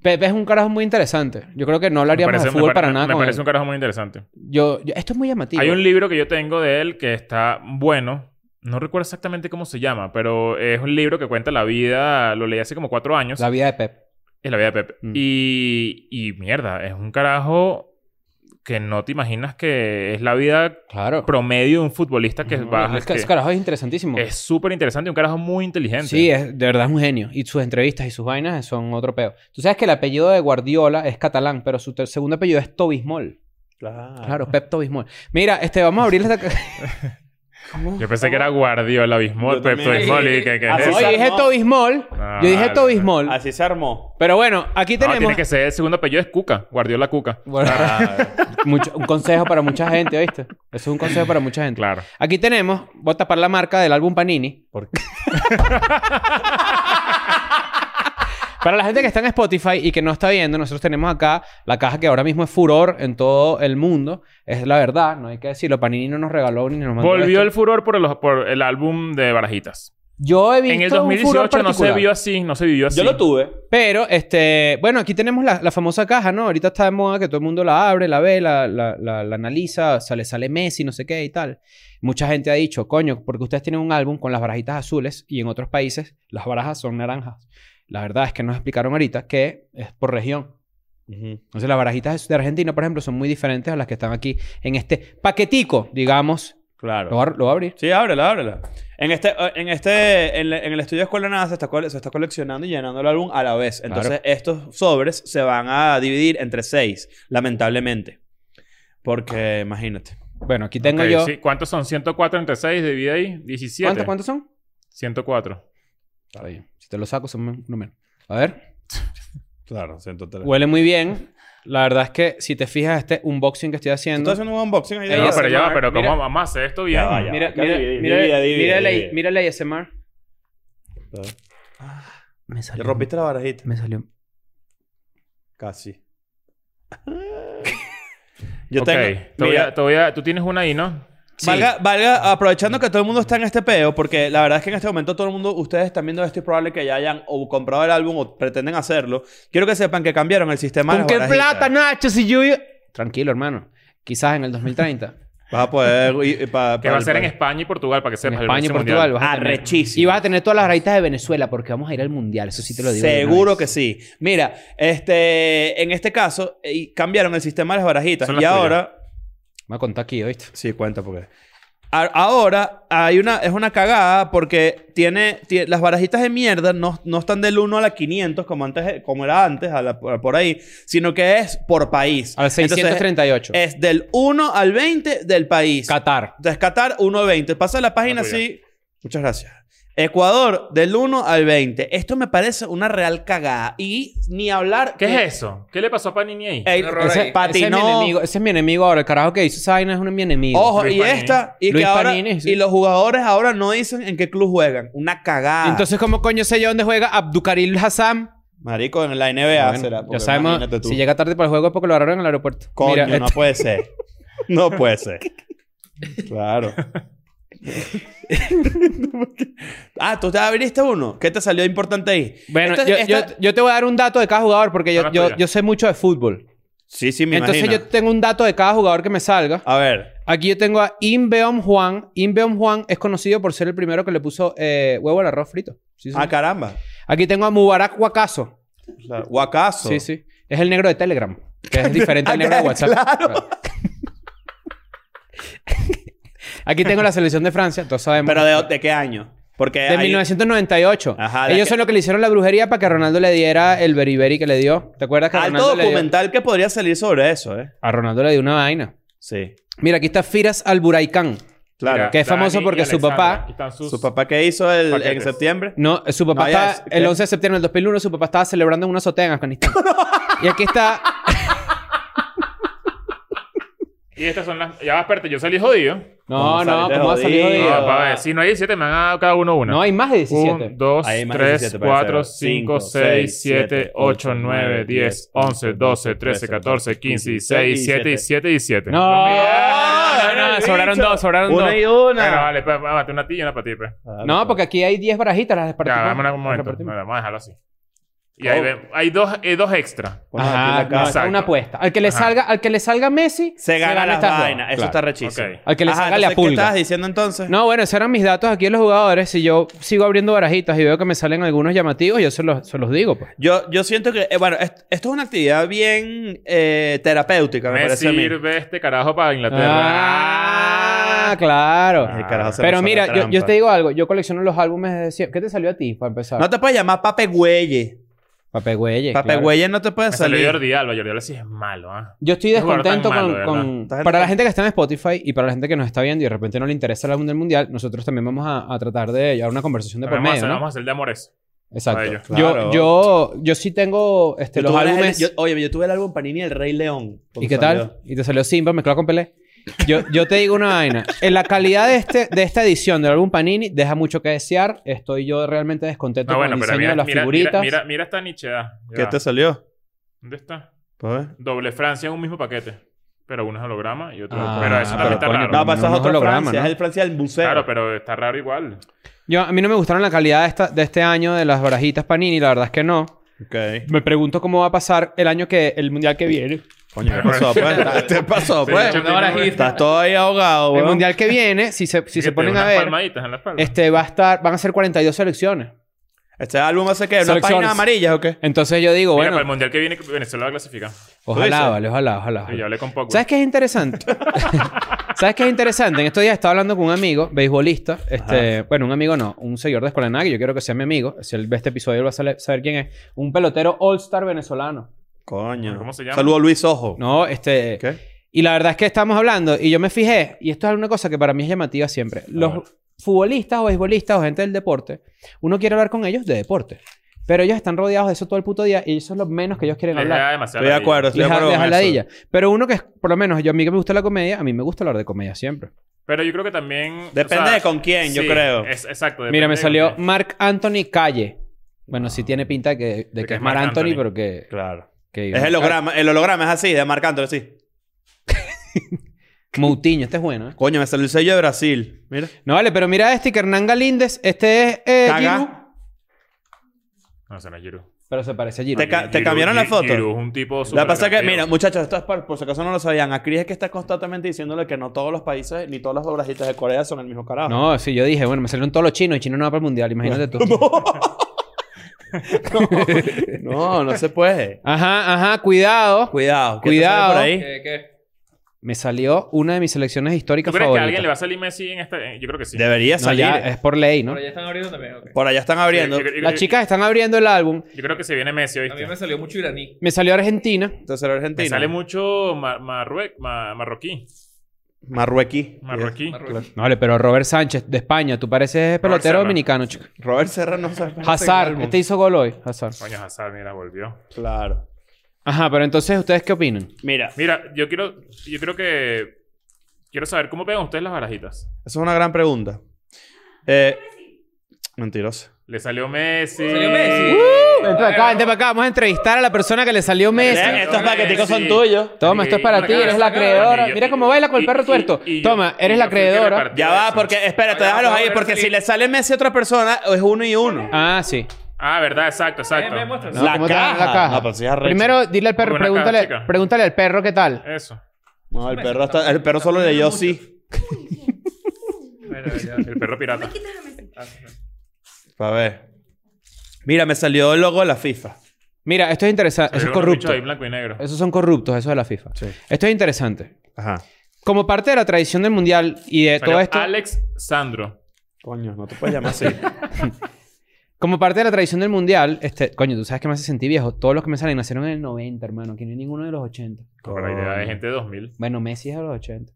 S2: Pepe es un carajo muy interesante. Yo creo que no
S3: Me
S2: hablaríamos de
S3: parece- me
S2: fútbol
S3: pare-
S2: para nada
S3: Me
S2: con
S3: parece
S2: él.
S3: un carajo muy interesante.
S2: Yo, yo- esto es muy llamativo.
S3: Hay un libro que yo tengo de él que está bueno. No recuerdo exactamente cómo se llama, pero es un libro que cuenta la vida. Lo leí hace como cuatro años.
S2: La vida de Pep.
S3: Es la vida de Pepe.
S2: Mm.
S3: Y, y mierda, es un carajo que no te imaginas que es la vida
S2: Claro.
S3: promedio de un futbolista que
S2: No,
S3: baja.
S2: es que
S3: que
S2: ese carajo es interesantísimo.
S3: es súper interesante y un carajo muy inteligente.
S2: Sí, es, de verdad es un genio. Y sus entrevistas y sus vainas son otro peo. Tú sabes que el apellido de Guardiola es catalán, pero su ter- segundo apellido es Tobismol.
S1: Claro.
S2: Claro, Pep Tobismol. Mira, este, vamos a abrir esta...
S3: Yo pensé que era Guardiola, Bismol,
S1: Yo
S3: Pep
S1: también.
S3: Bismol y que, que
S1: Ah,
S3: es
S1: sí.
S2: No,
S3: esa.
S2: yo dije
S1: No.
S2: Tobismol.
S3: Ah,
S2: Yo dije
S3: vale.
S2: Tobismol.
S1: Así se armó.
S2: Pero bueno, aquí
S3: No,
S2: tenemos...
S3: tiene que ser el segundo apellido es Cuca, Guardiola Cuca.
S2: Bueno,
S1: Ah,
S2: mucho- un consejo para mucha gente, ¿oíste? Eso es un consejo para mucha gente.
S3: Claro.
S2: Aquí tenemos, voy a tapar la marca del álbum Panini.
S1: ¿Por
S2: Para la gente que está en Spotify y que no está viendo, nosotros tenemos acá la caja que ahora mismo es furor en todo el mundo. Es la verdad, no hay que decirlo. Panini no nos regaló ni nos mandó.
S3: Volvió el
S2: esto.
S3: furor por el, por el álbum de Barajitas.
S2: Yo he visto
S3: En el
S2: un furor
S3: 2018 no se
S2: particular.
S3: vio así, no se vivió así.
S1: Yo lo tuve.
S2: Pero, este, bueno, aquí tenemos la, la famosa caja, ¿no? Ahorita está de moda que todo el mundo la abre, la ve, la, la, la- la analiza, o sea, le sale Messi, no sé qué y tal. Mucha gente ha dicho, coño, porque ustedes tienen un álbum con las barajitas azules y en otros países las barajas son naranjas. La verdad es que nos explicaron ahorita que es por región. Entonces, las barajitas de Argentina, por ejemplo, son muy diferentes a las que están aquí en este paquetico, digamos.
S1: Claro.
S2: Lo voy a- lo voy a abrir.
S1: Sí, ábrela, ábrela. En este, en este, en, la- en el estudio de Escuela de Nada se está, cole- se está coleccionando y llenando el álbum a la vez. Entonces, estos sobres se van a dividir entre seis, lamentablemente. Porque, imagínate.
S2: Bueno, aquí tengo
S3: Ok,
S2: yo.
S3: sí. ¿Cuántos son? 104 entre 6, divide ahí. 17.
S2: ¿Cuántos, ¿Cuántos son?
S3: 104.
S2: Está bien. Si te lo saco, son men- uno menos. A ver.
S1: Claro, 103.
S2: Huele muy bien. La verdad es que si te fijas este unboxing que estoy haciendo.
S1: ¿Estás haciendo un unboxing ahí?
S2: Eh,
S1: de
S3: No,
S1: la-
S2: ASMR,
S3: pero ya va, pero
S2: mira.
S3: ¿cómo vamos a hacer esto bien?
S1: Ya va, ya va.
S2: Mira,
S1: Acá
S2: mira,
S1: divide,
S2: mira,
S1: divide, divide,
S2: mira la-
S1: divide.
S2: mira la ASMR. Me
S1: Ya
S2: salió.
S1: rompiste la barajita.
S2: Me salió.
S1: Casi. Yo
S3: Ok,
S1: tengo.
S3: te voy
S1: mira,
S3: a- te voy a- tú tienes una ahí, ¿no?
S2: Sí.
S1: Valga, valga, aprovechando que todo el mundo está en este peo, porque la verdad es que en este momento todo el mundo, ustedes están viendo esto y probable que ya hayan o comprado el álbum o pretenden hacerlo. Quiero que sepan que cambiaron el sistema. de
S2: ¿Con
S1: las
S2: qué
S1: barajitas.
S2: plata, Nacho? Si yo. Tranquilo, hermano. Quizás en el 2030.
S1: Vas a poder. ir- ir pa-
S3: Que
S1: pa-
S3: va a ser en
S1: pa-
S3: España y Portugal, para que
S2: en
S3: sepas. el
S2: España y
S3: próximo
S2: Portugal.
S3: mundial.
S2: Vas a
S1: Ah,
S2: tener-
S1: Arrechísimo.
S2: Y vas a tener todas las rayitas de Venezuela porque vamos a ir al mundial. Eso sí te lo digo. de una
S1: Seguro
S2: vez.
S1: que sí. Mira, este, en este caso, eh, cambiaron el sistema de las barajitas.
S3: Son
S1: y
S3: las tuyas.
S1: ahora,
S2: Me voy a contar aquí, ¿oíste?
S1: Sí, cuenta porque. A- Ahora hay una, es una cagada porque tiene, tie- las barajitas de mierda no, no están del 1 a la 500 como, antes, eh, como era antes, a la- por ahí, sino que es por país.
S2: Al
S1: Entonces, eh,
S2: 638.
S1: es del 1 al 20 del país.
S2: Qatar.
S1: Entonces, Qatar 1 al 20. Pasa la página
S3: La tuya.
S1: así. Muchas gracias. Ecuador del 1 al 20. Esto me parece una real cagada. Y ni hablar.
S3: ¿Qué es eso? ¿Qué le pasó a Panini ahí?
S1: Ey,
S4: Un error
S1: ese
S4: ahí.
S2: Ese es mi
S1: patinó.
S2: enemigo. Ese es mi enemigo ahora. El carajo que hizo esa vaina es un mi enemigo.
S1: Ojo,
S3: Luis
S1: y
S3: Panini.
S1: esta, y, que
S2: Luis
S1: ahora-
S2: Panini, sí.
S1: y los jugadores ahora no dicen en qué club juegan. Una cagada.
S2: Entonces, ¿cómo coño sé yo dónde juega Abdukaril Hassan?
S1: Marico, en la NBA
S2: Bueno,
S1: será. porque
S2: ya sabemos,
S1: imagínate tú.
S2: si llega tarde para el juego es porque lo agarraron en el aeropuerto.
S1: Coño,
S2: Mira,
S1: no
S2: este-
S1: puede ser. No puede ser. Claro. ah, tú te abriste uno. ¿Qué te salió importante ahí? Este
S2: bueno,
S1: Esta-
S2: yo,
S1: esta-
S2: yo- yo te voy a dar un dato de cada jugador porque yo,
S3: Ahora
S2: yo,
S3: espera.
S2: yo sé mucho de fútbol.
S1: Sí, sí, me
S2: Entonces,
S1: imagino. Ah.
S2: yo tengo un dato de cada jugador que me salga.
S1: A ver.
S2: Aquí yo tengo a Inbeom Juan. Inbeom Juan es conocido por ser el primero que le puso eh, huevo al arroz frito. Sí, sí.
S1: Ah, caramba.
S2: Aquí tengo a Mubarak Wakaso.
S1: Claro. Guacazo.
S2: Sí, sí. Es el negro de Telegram. Que es diferente al negro de WhatsApp. Claro. Aquí tengo la selección de Francia. Todos sabemos.
S1: Pero de, de qué año? Porque
S2: De
S1: hay-
S2: 1998.
S1: Eh, Ajá, la
S2: Ellos
S1: que-
S2: son los que le hicieron la brujería para que Ronaldo le diera el beriberi que le dio. ¿Te acuerdas que a
S1: alto
S2: Ronaldo le dio?
S1: documental que podría salir sobre eso, ¿eh?
S2: A Ronaldo le dio una vaina.
S1: Sí.
S2: Mira, aquí está Firas Alburaicán.
S1: Claro.
S3: Mira,
S2: que es famoso
S3: Dani y
S2: porque su
S3: Alexandra,
S2: papá-
S3: aquí están sus-
S1: ¿Su papá qué hizo el- en
S3: Paquetes.
S1: septiembre?
S2: No, eh, su papá
S1: No, ya
S2: estaba-
S1: es-
S2: el
S1: es-
S2: 11 de septiembre del 2001 su papá estaba celebrando en una azotea en Afganistán. y aquí está
S3: Y estas son las... Ya, espérate, yo salí jodido.
S2: No,
S1: ¿Cómo
S2: no,
S1: saliste
S2: ¿cómo va a salir
S1: jodido?
S2: jodido?
S3: No, para ver. Ah, Si no hay 17, me han dado cada uno una.
S2: No, hay más de 17.
S3: 1, 2,
S1: Ahí hay más de
S3: 3,
S1: 17,
S3: 4,
S1: parece.
S3: 5, 6, 7, 8, 9, 10, 11, 12, 13, 14, 15, 16, 17, 17, 17.
S2: No,
S3: Ah,
S2: no, no,
S1: el
S2: sobraron
S1: bicho.
S2: dos, sobraron dos.
S1: Una y una. Ah,
S3: Bueno, vale, pues, mate una tía y una para ti, pues.
S2: No, porque aquí hay 10 barajitas, las
S3: Ya,
S2: repartimos.
S3: dame un
S2: Las
S3: momento.
S2: repartimos.
S3: Vale, vamos a dejarlo así. Y
S2: Oh.
S3: ahí ve- hay dos, eh, dos extra.
S1: Pones aquí
S2: Ajá,
S1: la casa.
S2: no, está una apuesta. Al que le
S3: Ajá.
S2: salga, al que le salga Messi,
S1: Se gana las
S2: estas dos.
S1: vainas. Eso
S2: Claro.
S1: está rechísimo.
S3: Ok.
S2: Al que le
S1: Ajá,
S2: salga la
S1: entonces, ¿Qué
S2: pulga.
S1: estabas diciendo entonces?
S2: No, bueno, esos eran mis datos aquí de los jugadores. Si yo sigo abriendo barajitas y veo que me salen algunos llamativos, yo se los, se los digo, pues.
S1: Yo, yo siento que, eh, bueno, est- esto es una actividad bien eh, terapéutica, me,
S3: Me
S1: parece a mí.
S3: sirve este carajo para Inglaterra.
S2: Ah, claro.
S1: Ay, carajo, se
S2: Pero
S1: pasó la
S2: mira, yo,
S1: trampa.
S2: yo te digo algo. Yo colecciono los álbumes de siempre. ¿Qué te salió a ti para empezar?
S1: No te puedes llamar Pape Güelle.
S2: Papegüeyes,
S1: Pape
S2: claro.
S1: Güelle no te puede
S3: Me salió
S1: salir.
S3: Jordi Alba. Jordi Alba sí es malo, ¿ah?
S2: Yo estoy
S3: Es jugador tan
S2: descontento con...
S3: malo,
S2: con-
S3: ¿verdad?
S1: Esta gente-
S2: Para la gente que está en Spotify y para la gente que nos está viendo y de repente no le interesa el álbum del mundial, nosotros también vamos a, a tratar de llevar una conversación de
S1: pues
S3: Pero
S2: por
S3: Vamos a
S2: medio,
S3: hacer-
S2: ¿no?
S3: vamos a hacer de amores. Ah,
S2: Exacto.
S3: a ellos.
S1: Claro.
S2: Yo, yo, yo sí tengo este,
S1: Yo
S2: los
S1: tuve el-
S2: álbumes...
S1: yo- oye, yo tuve el álbum Panini El Rey León.
S2: ¿Y qué tal? Y te salió Simba mezclado con Pelé. Yo, yo te digo una vaina. En la calidad de, este, de esta edición del álbum Panini deja mucho que desear. Estoy yo realmente descontento
S3: No,
S2: con
S3: bueno,
S2: el
S3: pero
S2: diseño
S3: mira,
S2: de las
S3: mira, mira,
S2: figuritas.
S3: mira, mira esta nichedad. Ya
S1: ¿Qué
S3: va.
S1: te salió? Pues,
S3: ¿Dónde está?
S1: Pa' ver.
S3: Doble Francia en un mismo paquete. Pero uno es holograma y otro.
S2: Ah,
S3: pero eso
S1: pero
S3: también está
S2: coño,
S3: raro.
S2: pero
S1: No, pues, pero eso
S2: no
S1: es
S2: es
S1: otro
S2: holograma,
S1: Francia.
S2: ¿no?
S1: Es el Francia del museo.
S3: Claro, pero está raro igual.
S2: Yo, a mí no me gustaron la calidad de, esta- de este año de las barajitas Panini, la verdad es que no.
S1: Ok.
S2: Me pregunto cómo va a pasar el año que... El mundial que viene.
S1: Coño, ¿qué pasó, pues? ¿Qué pasó,
S3: Sí,
S1: pues?
S3: yo-
S4: Una barajita.
S1: Estás todo ahí ahogado,
S2: El
S1: weón.
S2: mundial que viene, si se, si se
S3: Que te
S2: ponen
S3: unas
S2: a ver,
S3: palmaditas en la espalda.
S2: este, va a estar... Van a ser 42 selecciones.
S1: Este álbum hace que una
S2: Selecciones.
S1: página amarilla o qué?
S2: Entonces yo digo,
S3: Mira,
S2: bueno...
S3: para el mundial que viene, Venezuela va a clasificar.
S1: dices?
S2: Ojalá, vale, ojalá, ojalá.
S3: Y
S2: ojalá.
S3: yo hablé con Pogba.
S2: ¿Sabes qué es interesante? ¿Sabes qué es interesante? En estos días estaba hablando con un amigo, beisbolista. Este, bueno, un amigo no, un seguidor de Escuela de Nada, que yo quiero que sea mi amigo. Si él ve este episodio, él va a sale- saber quién es. Un pelotero all-star venezolano.
S1: Coño.
S3: ¿Cómo se llama?
S1: Saludo a Luis Ojo.
S2: No, este.
S1: ¿Qué?
S2: Y la verdad es que estamos hablando, y yo me fijé, y esto es una cosa que para mí es llamativa siempre.
S3: ver.
S2: Los futbolistas o beisbolistas o gente del deporte, uno quiere hablar con ellos de deporte. Pero ellos están rodeados de eso todo el puto día, y eso es lo menos que ellos quieren
S3: Les
S2: hablar.
S3: da demasiada
S1: Estoy de
S3: ladilla.
S1: acuerdo, estoy de
S2: Les da-
S1: acuerdo.
S2: les
S1: con
S2: da
S1: eso.
S2: ladilla. Pero uno que es, por lo menos, yo a mí que me gusta la comedia, a mí me gusta hablar de comedia siempre.
S3: Pero yo creo que también... o
S1: Depende
S3: sea,
S1: de con quién, yo
S3: sí,
S1: creo.
S3: es- exacto.
S2: Mira,
S3: depende de
S2: me
S3: con
S2: salió
S3: quién.
S2: Mark Anthony Calle. Bueno, sí tiene pinta de que, de que es Mark Anthony,
S3: Anthony.
S2: pero que...
S1: Ah. Claro.
S2: que-
S1: Es el holograma, el holograma es así, de Marc Anthony, sí.
S2: Ah, Moutinho, este es bueno. ¿eh?
S1: Coño, me salió el sello de Brasil. Mira.
S2: No, vale, pero mira este, que Hernán Galíndez, este es... eh,
S1: Caga.
S2: Giroud.
S3: No, será Giroud. Ah,
S2: Pero se parece a Giroud.
S1: Te ca-
S3: Giroud-
S1: cambiaron la
S3: Giroud-
S1: foto?
S3: Giroud es un tipo
S1: Lo que pasa es que,
S3: supercreativo.
S1: mira, muchachos, esto es por, por si acaso no lo sabían. A Cris es que está constantemente diciéndole que no todos los países ni todas las obrajitas de Corea son el mismo carajo.
S2: No, sí, yo dije, bueno, me salieron todos los chinos y China no va para el mundial, imagínate tú.
S1: No, no se puede.
S2: Ajá, ajá, cuidado.
S1: Cuidado. que te
S2: Cuidado.
S1: sale por ahí.
S4: ¿Qué, qué?
S2: Me salió una de mis selecciones
S3: ¿Tú
S2: históricas
S3: crees que a alguien le
S2: favoritas.
S3: va a salir Messi en esta...? eh, Yo creo que sí.
S1: Debería
S2: No,
S1: salir. eh,
S2: ya, es por ley, ¿no?
S4: Por allá están abriendo también. ok.
S1: Por allá están
S3: Yo- yo-
S1: abriendo.
S3: yo- yo-
S2: Las chicas están abriendo el álbum.
S3: Yo creo que se viene Messi,
S4: A mí
S3: ¿viste?
S4: me salió mucho iraní.
S2: Me salió Argentina.
S1: Entonces era Argentina.
S3: Me sale mucho ma- marrue- ma- marroquí.
S1: Marruequí.
S3: Marroquí.
S4: Marruecos.
S2: No, vale, pero Robert Sánchez de España, tú pareces pelotero
S3: Serra.
S2: dominicano, chico.
S1: Robert Serra no sabe.
S2: Hazard, este hizo gol hoy, Hazard.
S3: Coño, Hazard, mira, volvió.
S1: Claro.
S2: Ajá, pero entonces, ¿ustedes qué opinan?
S1: Mira, eso
S3: Mira, yo quiero... Yo creo que... Quiero saber cómo pegan ustedes las barajitas.
S1: es una gran pregunta. Eh, mentiroso.
S3: Le salió Messi. Uh,
S4: ¿Salió Messi?
S2: Ven para acá, vente para acá, vamos a entrevistar a la persona que le salió Messi.
S1: Vean, Estos paqueticos son
S3: Sí.
S1: tuyos.
S2: Toma, esto es para ti, eres la creedora.
S3: Y yo-
S2: Mira cómo baila con el
S3: y-
S2: perro
S3: y-
S2: tuerto.
S3: y yo-
S2: Toma,
S3: y
S2: eres
S3: yo
S2: la
S3: fui el que
S2: creedora.
S3: repartió
S1: Ya va,
S3: eso.
S1: porque espérate,
S4: Ya va,
S1: déjalos
S4: vamos a
S1: ahí,
S4: ver
S1: porque
S4: si-
S1: si le sale Messi a otra persona, es uno y uno.
S2: Ah, sí.
S3: Ah, verdad, exacto, exacto.
S4: Eh, me muestras.
S2: No,
S1: La
S2: ¿cómo te va
S1: caja.
S2: la caja?
S1: No, pero sí es arrecho.
S2: Primero, dile al perro,
S3: Muy buena
S2: pregúntale,
S3: caja, chica.
S2: pregúntale al perro qué tal.
S3: Eso.
S1: No, el perro, está- el perro solo leyó sí.
S4: Bueno, ya.
S3: El perro pirata.
S4: Ah, sí.
S1: A ver. Mira, me salió el logo de la FIFA.
S2: Mira, esto es interesante. Eso es corrupto.
S3: Ahí, blanco y negro.
S2: Esos son corruptos, eso de la FIFA. Esto es interesante.
S1: Ajá.
S2: Como parte de la tradición del mundial y de
S3: Salió
S2: todo esto.
S3: Alex Sandro.
S1: Coño, no te puedes llamar así.
S2: Como parte de la tradición del mundial, este, coño, tú sabes que me hace sentir viejo. Todos los que me salen nacieron en el 90, hermano. Que no hay ninguno de los 80.
S3: Por la idea de gente de 2000.
S2: Bueno, Messi es de los 80.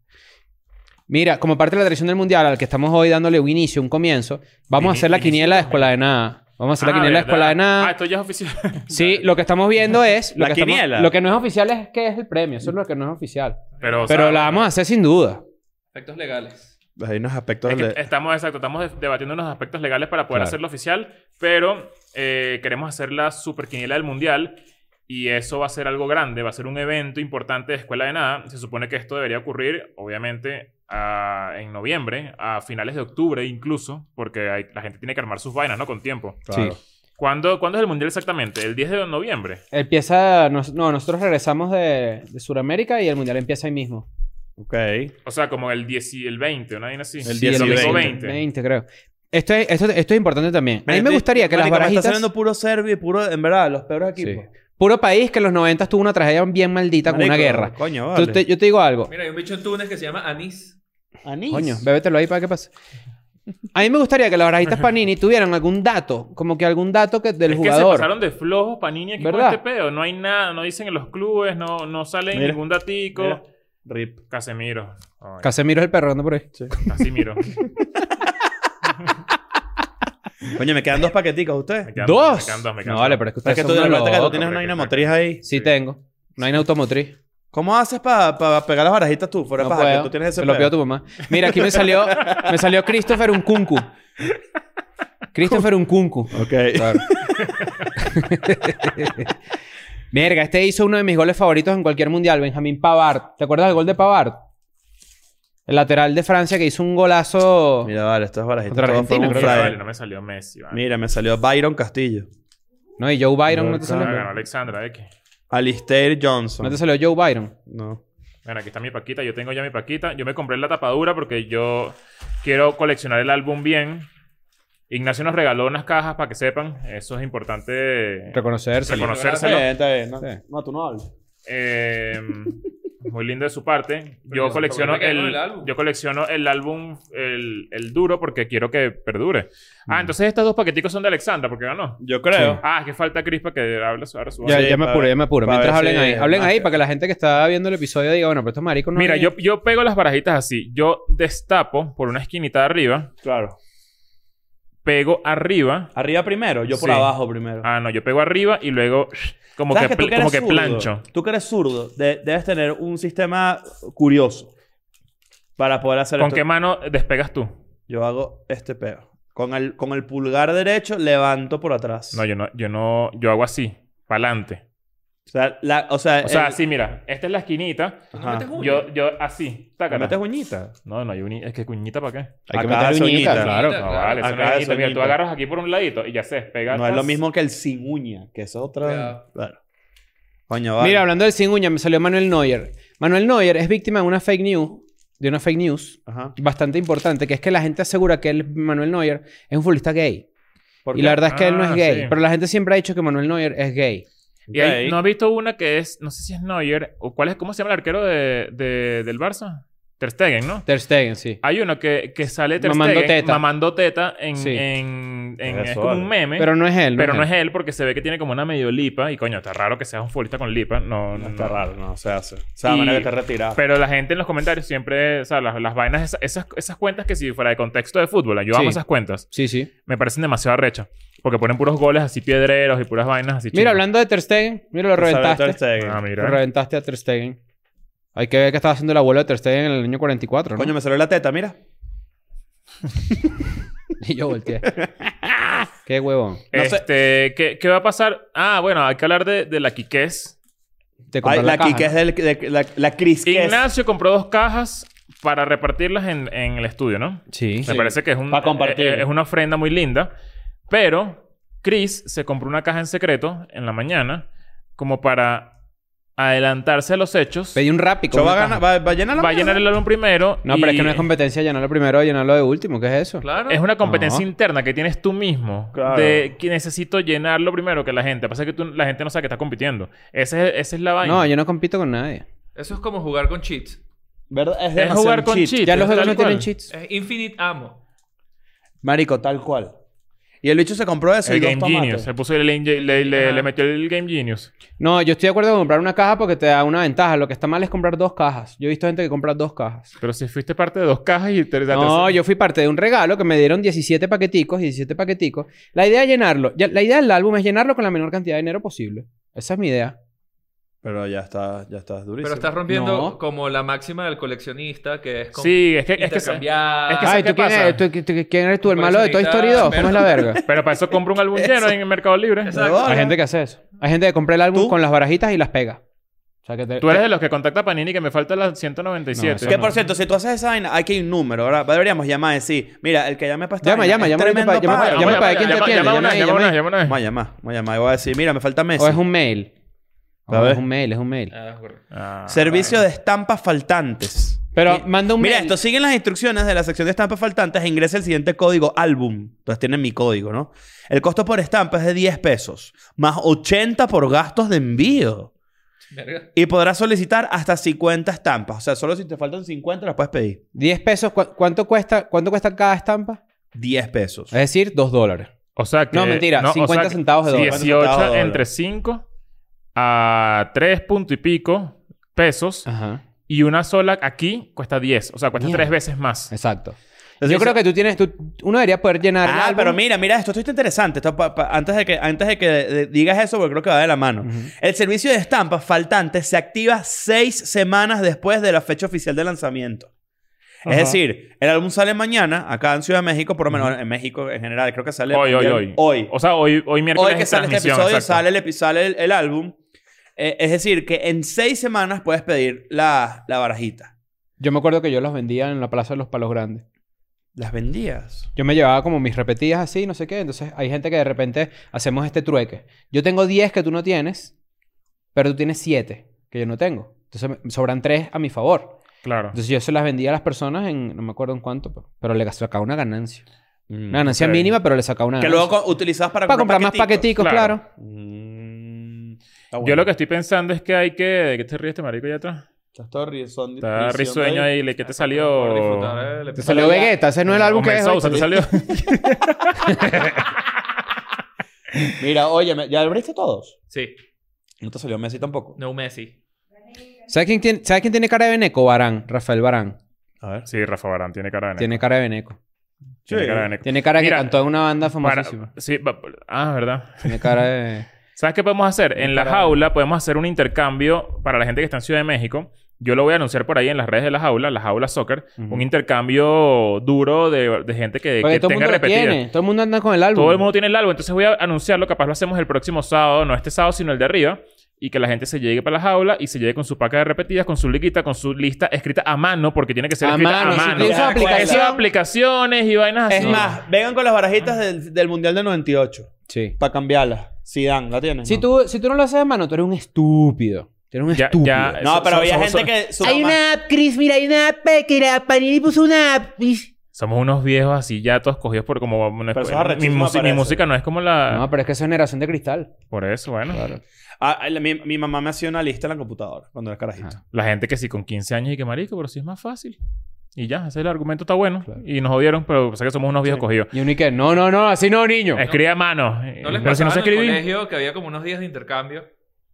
S2: Mira, como parte de la tradición del mundial al que estamos hoy dándole un inicio, un comienzo, vamos a
S3: Ini-
S2: hacer la
S3: inicio,
S2: quiniela de escuela de nada. Vamos a hacer la quiniela de
S3: ¿verdad?
S2: escuela de nada.
S3: Ah, esto ya es oficial.
S2: Sí, lo que estamos viendo es. Lo
S1: La
S2: que estamos-
S1: quiniela.
S2: lo que no es oficial es que es el premio. Eso es lo que no es oficial.
S3: Pero, o sea,
S2: Pero la vamos a hacer sin duda.
S4: Efectos legales.
S1: Hay unos aspectos
S3: es que
S1: de...
S3: estamos, exacto, estamos de- debatiendo unos aspectos legales para poder
S2: Claro.
S3: hacerlo oficial, pero eh, queremos hacer la super quiniela del mundial y eso va a ser algo grande, va a ser un evento importante de Escuela de Nada. Se supone que esto debería ocurrir, obviamente, a- en noviembre, a finales de octubre incluso, porque hay- la gente tiene que armar sus vainas, ¿no? Con tiempo.
S1: Claro.
S2: Sí.
S3: ¿Cuándo, ¿Cuándo es el mundial exactamente? ¿El 10 de noviembre?
S2: Empieza. nos- no, nosotros regresamos de, de Sudamérica y el mundial empieza ahí mismo.
S1: Ok. El
S3: O sea, como el 10 y el 20, ¿no? así.
S1: El
S2: Sí,
S1: 10 y
S3: domingo
S1: 20.
S3: 20.
S2: 20, creo. Esto es, esto, esto es importante también. A mí me gustaría que las
S1: Está
S2: barajitas.
S1: saliendo puro serbio y puro... En verdad, los peores
S2: Sí.
S1: equipos.
S3: pues.
S2: Puro país que en los 90 tuvo una tragedia bien maldita con una
S1: Marico,
S2: guerra.
S1: Coño,
S2: Tú
S1: vale.
S2: te- yo te digo algo.
S4: Mira, hay un bicho en Túnez que se llama anís.
S1: Anís.
S2: Coño, bébetelo ahí para que pase. A mí me gustaría que las barajitas Panini tuvieran algún dato, como que algún dato que, del
S3: es que se
S2: jugador.
S3: pasaron de flojos Panini aquí
S2: ¿Verdad?
S3: con este pedo. No hay nada, no dicen en los clubes, no, no sale
S1: Mira.
S3: ningún datico.
S1: Mira. Rip.
S3: Casemiro. Ay,
S2: Casemiro es el perro, anda por ahí.
S3: Casimiro.
S1: Coño, me quedan dos paqueticos ustedes.
S3: Me quedan
S2: ¿Dos?
S3: Me quedan dos, me quedan
S2: No, vale,
S3: dos.
S2: pero es que
S1: Es
S2: ustedes
S1: que
S2: son
S1: tú,
S2: unos
S1: acuérdate que tú
S2: locos.
S1: tienes
S3: pero
S1: una
S3: que-
S1: dinamotriz ahí.
S2: Sí,
S3: Sí.
S2: tengo. No hay una automotriz.
S1: ¿Cómo haces para pegar las barajitas tú? Fuera
S2: No
S1: paja,
S2: puedo.
S1: que tú tienes ese
S2: Se lo pido a tu mamá. Mira, aquí me salió, me salió Christopher Uncuncu. Christopher Uncuncu.
S1: Ok.
S2: Verga, este hizo uno de mis goles favoritos en cualquier mundial, Benjamín Pavard. ¿Te acuerdas del gol de Pavard? El lateral de Francia que hizo un golazo.
S1: Mira, vale, estas barajitas
S2: Contra
S1: todas fueron
S2: Argentina,
S1: un
S3: Creo que
S1: fraude.
S3: vale, no me salió Messi. vale.
S1: Mira, me salió Byron Castillo.
S2: No, y Joe Byron no te
S3: Ah,
S2: salió.
S3: ganó Alexandra, ¿eh? ¿Qué?
S1: Alistair Johnson.
S2: No te salió Joe Byron.
S1: No.
S3: Bueno, aquí está mi paquita. Yo tengo ya mi paquita. Yo me compré la tapadura porque yo quiero coleccionar el álbum bien. Ignacio nos regaló unas cajas para que sepan. Eso es importante.
S2: Reconocerse.
S3: Reconocer-
S1: Está
S3: Conocérselo.
S1: bien, está bien. No,
S2: Sí.
S1: No, tú no hablas.
S3: Eh, muy lindo de su parte.
S4: Pero
S3: Yo
S4: eso,
S3: colecciono
S4: ¿por qué te quedó
S3: el,
S4: el álbum?
S3: yo colecciono el álbum, el, el duro, porque quiero que perdure. Ah, entonces estos dos paqueticos son de Alexandra, porque ganó.
S1: Yo creo.
S3: Ah, es que falta Cris para que hable su, ahora su
S2: Ya,
S1: Sí,
S2: ya me
S1: pa-
S2: apuro, ya me apuro.
S1: pa'
S2: Mientras
S1: ver
S2: hablen
S1: si-
S2: ahí. Hablen
S1: ah,
S2: ahí
S1: sí.
S2: para que la gente que está viendo el episodio diga, bueno, pero estos maricos no.
S3: Mira,
S2: vienen.
S3: yo, yo pego las barajitas así. Yo destapo por una esquinita de arriba,
S1: Claro.
S3: pego arriba.
S1: Arriba primero, yo por
S3: Sí.
S1: abajo primero.
S3: Ah, no, yo pego arriba y luego como que,
S1: ¿Sabes tú
S3: pl- como que
S1: eres zurdo?
S3: plancho.
S1: Tú que eres zurdo, de- debes tener un sistema curioso para poder hacer
S3: ¿Con
S1: esto.
S3: qué mano despegas tú?
S1: Yo hago este peo. Con el, con el pulgar derecho levanto por atrás.
S3: No, yo no, yo no, yo hago así, para adelante.
S1: O sea, la- o sea,
S3: O sea,
S1: el-
S3: así, mira, esta es la esquinita.
S1: Ajá.
S4: metes uña?
S3: Yo, yo, así,
S1: ¿Me
S3: tácala.
S1: metes uñita?
S3: No, no, hay uñita. Es que cuñita para qué.
S2: Hay que
S1: Acá
S2: meter
S1: hace
S2: uñita,
S1: uñita.
S2: claro.
S3: No,
S4: Claro.
S3: vale, eso no
S1: Acá
S3: es
S1: es
S3: uñita. Mira, tú
S1: uñita.
S3: agarras aquí por un ladito y ya se despega.
S1: No es lo
S3: atrás.
S1: mismo que el sin uña, que eso es otra.
S4: Cuidado.
S1: Claro. Coño, Ah, vale.
S2: Mira, hablando del sin uña, me salió Manuel Neuer. Manuel Neuer es víctima de una fake news, de una fake news
S1: Ajá.
S2: bastante importante, que es que la gente asegura que él, Manuel Neuer es un futbolista gay.
S1: ¿Por
S2: Y
S1: qué?
S2: la verdad es que él no es
S3: Ah,
S2: gay.
S3: sí.
S2: Pero la gente siempre ha dicho que Manuel Neuer es gay.
S3: Y hay-
S1: Ok.
S3: ¿No has visto una que es, no sé si es Neuer, o cuál es, ¿cómo se llama el arquero de, de- del Barça? Ter Stegen, ¿no?
S2: Ter Stegen, sí.
S3: Hay uno que, que sale Ter
S2: Mamando
S3: Stegen
S2: teta.
S3: mamando teta en...
S2: Sí.
S3: en, en-
S1: Eso
S3: es como
S1: vale.
S3: un meme.
S2: Pero no es él.
S3: Pero no es él porque se ve que tiene como una medio lipa y coño, está raro que seas un futbolista con lipa. No,
S1: No
S3: no
S1: está raro, no se hace. O sea, a
S3: Y-
S1: menos que te retirado.
S3: Pero la gente en los comentarios siempre, o sea, las, las vainas, esas, esas, esas cuentas que si fuera de contexto de fútbol, yo
S2: Sí.
S3: amo esas cuentas,
S2: Sí, sí.
S3: me parecen demasiado arrechas. Porque ponen puros goles así piedreros y puras vainas así.
S2: Mira,
S3: chimbas.
S2: hablando de Ter Stegen, mira, lo
S1: Tú sabes,
S2: reventaste.
S1: Ter Stegen.
S2: Lo
S3: Ah, mira.
S2: reventaste a Ter Stegen. Hay que ver qué estaba haciendo el abuelo de Ter Stegen en el año 44, ¿no?
S1: Coño, me salió la teta, mira.
S2: Y yo volteé. qué huevón.
S1: no sé.
S3: Este, ¿qué, ¿Qué va a pasar? Ah, bueno, hay que hablar de, de la quiquez.
S2: Te
S1: Ay,
S2: compré
S1: la
S2: la, caja,
S1: Kike es
S2: ¿no?
S1: del. de- la, la Cris que es.
S3: Ignacio compró dos cajas para repartirlas en, en el estudio, ¿no?
S2: Sí.
S3: Me parece que es, un-
S1: Pa' compartir.
S3: eh, eh, es una ofrenda muy linda. Pero Chris se compró una caja en secreto en la mañana como para adelantarse a los hechos.
S2: Pedí un rap y
S1: Yo
S2: compré
S1: va a
S2: una
S1: ganar,
S2: caja.
S1: va, va a
S4: Ah,
S1: llenar la
S3: Va a
S1: mierda.
S3: llenar el álbum primero.
S2: No,
S3: y
S2: pero es que no es competencia llenarlo primero o llenarlo de último. ¿Qué es eso?
S4: Claro.
S3: es una competencia
S2: No.
S3: interna que tienes tú mismo.
S1: Claro.
S3: De que necesito llenarlo primero que la gente. Pasa que tú- la gente no sabe que está compitiendo. Esa es, esa es la vaina.
S2: No, yo no compito con nadie.
S4: Eso es como jugar con cheats.
S1: ¿Verdad? Es,
S3: es
S1: demasiado
S3: jugar
S1: un
S3: con
S1: cheat.
S3: cheats.
S2: Ya los
S3: tal
S2: juegos no
S3: cual.
S2: tienen cheats.
S4: Es Infinite Amo.
S1: Marico, tal cual. Y el bicho se compró eso
S3: El
S1: y dos
S3: Game
S1: tomates.
S3: Genius. Se puso el, le, le- le-
S4: Ajá.
S3: le metió el Game Genius.
S2: No, yo estoy de acuerdo con comprar una caja porque te da una ventaja. Lo que está mal es comprar dos cajas. Yo he visto gente que compra dos cajas.
S3: Pero si fuiste parte de dos cajas y te la
S2: No,
S3: tercera-
S2: yo fui parte de un regalo que me dieron 17 paqueticos, 17 paqueticos. La idea es llenarlo. ya- la idea del álbum es llenarlo con la menor cantidad de dinero posible. Esa es mi idea.
S1: Pero ya está, ya estás durísimo.
S4: Pero estás rompiendo
S2: No.
S4: como la máxima del coleccionista, que es como
S3: Sí, es que... Es que
S4: intercambiar.
S3: es que
S2: Ay, ¿tú
S3: ¿sabes Ah, qué
S2: quién,
S3: pasa? Pues
S2: eres? ¿Tú- tú- tú- quién eres tú? ¿El
S4: Por
S2: malo de Toy
S4: solita,
S2: Story 2? ¿Cómo
S4: pero-
S2: es la verga?
S3: Pero para eso compro un álbum lleno en el Mercado Libre.
S4: Exacto.
S1: Huevona.
S2: Hay gente que hace eso. Hay gente que compra el álbum
S1: ¿Tú?
S2: con las barajitas y las pega. O sea, que te-
S3: Tú eres de los que contacta a Panini que me falta la 197.
S2: No, eso
S1: Que
S3: ¿no?
S1: por cierto, si tú haces esa vaina, hay que ir un número, ¿verdad? Deberíamos llamar y decir, mira, el que llame para esta
S2: Llama,
S1: vaina
S2: llama,
S1: es
S2: llama ahorita
S1: tremendo
S2: pa- llama-
S1: palo.
S2: llama para
S3: llama-
S2: quien te
S3: llama-
S2: atiende,
S3: Llama una
S2: llama
S3: vez,
S2: ahí,
S3: llama
S2: llama
S3: una
S2: ahí.
S3: vez, llama una
S1: Vamos
S3: vez.
S1: a llamar, vamos a llamar. Y voy a decir, mira, me falta Messi.
S2: O es un mail.
S1: A
S2: O
S1: ver.
S2: es un mail, es un mail.
S4: Ah, correcto.
S3: Ah,
S1: Servicio de estampas faltantes.
S2: Pero
S1: Mi-
S2: manda un
S1: Mira
S2: mail.
S1: esto, siguen las instrucciones de la sección de estampas faltantes e ingresa el siguiente código álbum. Entonces tienen mi código, ¿no? El costo por estampa es de 10 pesos, más 80 por gastos de envío.
S4: Verga.
S1: Y podrás solicitar hasta 50 estampas. O sea, solo si te faltan 50 las puedes pedir.
S2: 10 pesos. ¿cu- ¿Cuánto cuesta, cuánto cuesta cada estampa?
S1: 10 pesos.
S2: Es decir, 2 dólares.
S3: O sea que...
S2: No, mentira, 50 centavos de dólar.
S1: 50
S3: 18
S1: dólares.
S3: entre 5 a 3 punto y pico pesos.
S2: Ajá.
S3: Y una sola aquí cuesta 10. O sea, cuesta
S2: Mierda.
S3: 3 veces más.
S2: Exacto.
S1: Entonces,
S2: Yo creo que tú tienes... tú- uno debería poder llenar el
S1: Ah,
S2: álbum.
S1: pero mira, mira, esto, esto está interesante. Esto pa- pa- antes de que, antes de que de- digas eso, porque creo que va de la mano.
S2: Ujú.
S1: El servicio de estampas faltante se activa seis semanas después de la fecha oficial de lanzamiento.
S3: Ajá.
S1: Es decir, el álbum sale mañana, acá en Ciudad de México, por lo menos en México en general, creo que sale
S3: Hoy, hoy,
S1: el-
S3: hoy.
S1: Hoy,
S3: O sea, hoy, hoy miércoles
S1: Hoy que
S3: es
S1: sale este
S3: transmisión,
S1: episodio,
S3: exacto.
S1: sale, el, epi- sale el- el álbum. Eh, es decir, que en seis semanas puedes pedir la, la barajita.
S2: Yo me acuerdo que yo los vendía en la Plaza de los Palos Grandes.
S1: Las vendías.
S2: Yo me llevaba como mis repetidas así, no sé qué. Entonces hay gente que de repente hacemos este trueque. Yo tengo 10 que tú no tienes, pero tú tienes 7 que yo no tengo. Entonces me- sobran 3 a mi favor.
S3: Claro.
S2: Entonces yo se las vendía a las personas en, no me acuerdo en cuánto, pero- pero le sacaba una ganancia. Una ganancia
S3: Mm, ok.
S2: mínima, pero le sacaba una
S1: Que
S2: ganancia.
S1: luego co- utilizabas para,
S2: para comprar más paqueticos, claro.
S3: Claro.
S1: Mm, está
S3: Yo
S1: bueno.
S3: lo que estoy pensando es que hay que... ¿De qué te ríes este marico allá atrás?
S1: Estás todo risueño-
S3: Está
S1: risueño
S3: risueño ahí. le- ¿Qué te
S4: Por
S3: salió?
S4: disfrutar eh, el
S2: Te
S4: episodio.
S2: salió Vegeta, ese no es el álbum que
S3: Homer
S2: es.
S3: Sousa, te salió.
S1: Mira, oye, ¿ya abriste todos?
S4: Sí.
S1: No te salió Messi tampoco.
S4: No Messi.
S2: ¿Sabes quién, tiene, ¿Sabes quién tiene cara de veneco? Barán, Rafael Barán.
S1: A ver.
S3: Sí, Rafa Barán tiene cara de neco.
S2: Tiene cara de veneco.
S3: Tiene
S1: Sí.
S3: cara de neco.
S2: Tiene cara
S3: Mira,
S2: que cantó en una banda
S3: Para-
S2: famosísima.
S3: sí, va- ah, verdad.
S2: Tiene cara de.
S3: ¿Sabes qué podemos hacer? En la
S2: Para-
S3: jaula podemos hacer un intercambio para la gente que está en Ciudad de México. Yo lo voy a anunciar por ahí en las redes de la jaula, la jaula soccer.
S2: Ujú.
S3: Un intercambio duro de, de gente que,
S2: Porque
S3: que
S2: todo el mundo
S3: tenga
S2: lo
S3: repetida.
S2: tiene. Todo el mundo anda con el álbum.
S3: Todo el mundo tiene el álbum, entonces voy a anunciarlo. Capaz lo hacemos el próximo sábado, no este sábado, sino el de arriba. Y que la gente se llegue para la jaula y se llegue con su paca de repetidas, con su liguita, con su lista escrita a mano, porque tiene que ser
S2: A
S3: escrita
S2: mano,
S3: a
S2: si
S3: mano. pues,
S1: utiliza
S2: aplicación.
S3: Eso, aplicaciones y vainas así.
S1: Es más, vengan con las barajitas del, del Mundial del 98
S2: Sí.
S1: para cambiarlas. Zidane, ¿la tienes?
S2: Si
S1: No.
S2: tú, si tú no lo haces de mano, tú eres un estúpido. Tú eres un
S3: Ya-
S2: estúpido.
S3: ya-
S1: No,
S3: so-
S1: pero
S3: so-
S1: había
S3: somos-
S1: gente que... su mamá-
S2: app, Chris. Mira, hay una app que la Panini puso una app.
S3: Somos unos viejos así ya todos cogidos por como... no es-
S1: Pero eso es
S3: mi,
S1: arrechísimo,
S3: mus- mi
S1: parece.
S3: música no es como la...
S2: No, pero es que eso es generación de cristal.
S3: Por eso, bueno.
S1: Ah, la- mi, mi mamá me hacía una lista en la computadora cuando era carajito.
S2: Ajá.
S3: La gente que sí con 15 años y que marico, pero sí es más fácil. Y ya, ese es el argumento está bueno.
S2: Claro.
S3: Y nos jodieron, pero pasa que somos unos viejos
S1: Sí.
S3: cogidos.
S2: Y uno y que, no, no, no, así no, niño.
S3: Escribe a mano.
S4: ¿No les
S3: pero si no eh,
S4: pasaba
S3: sé
S4: en el
S3: escribir...
S4: colegio que había como unos días de intercambio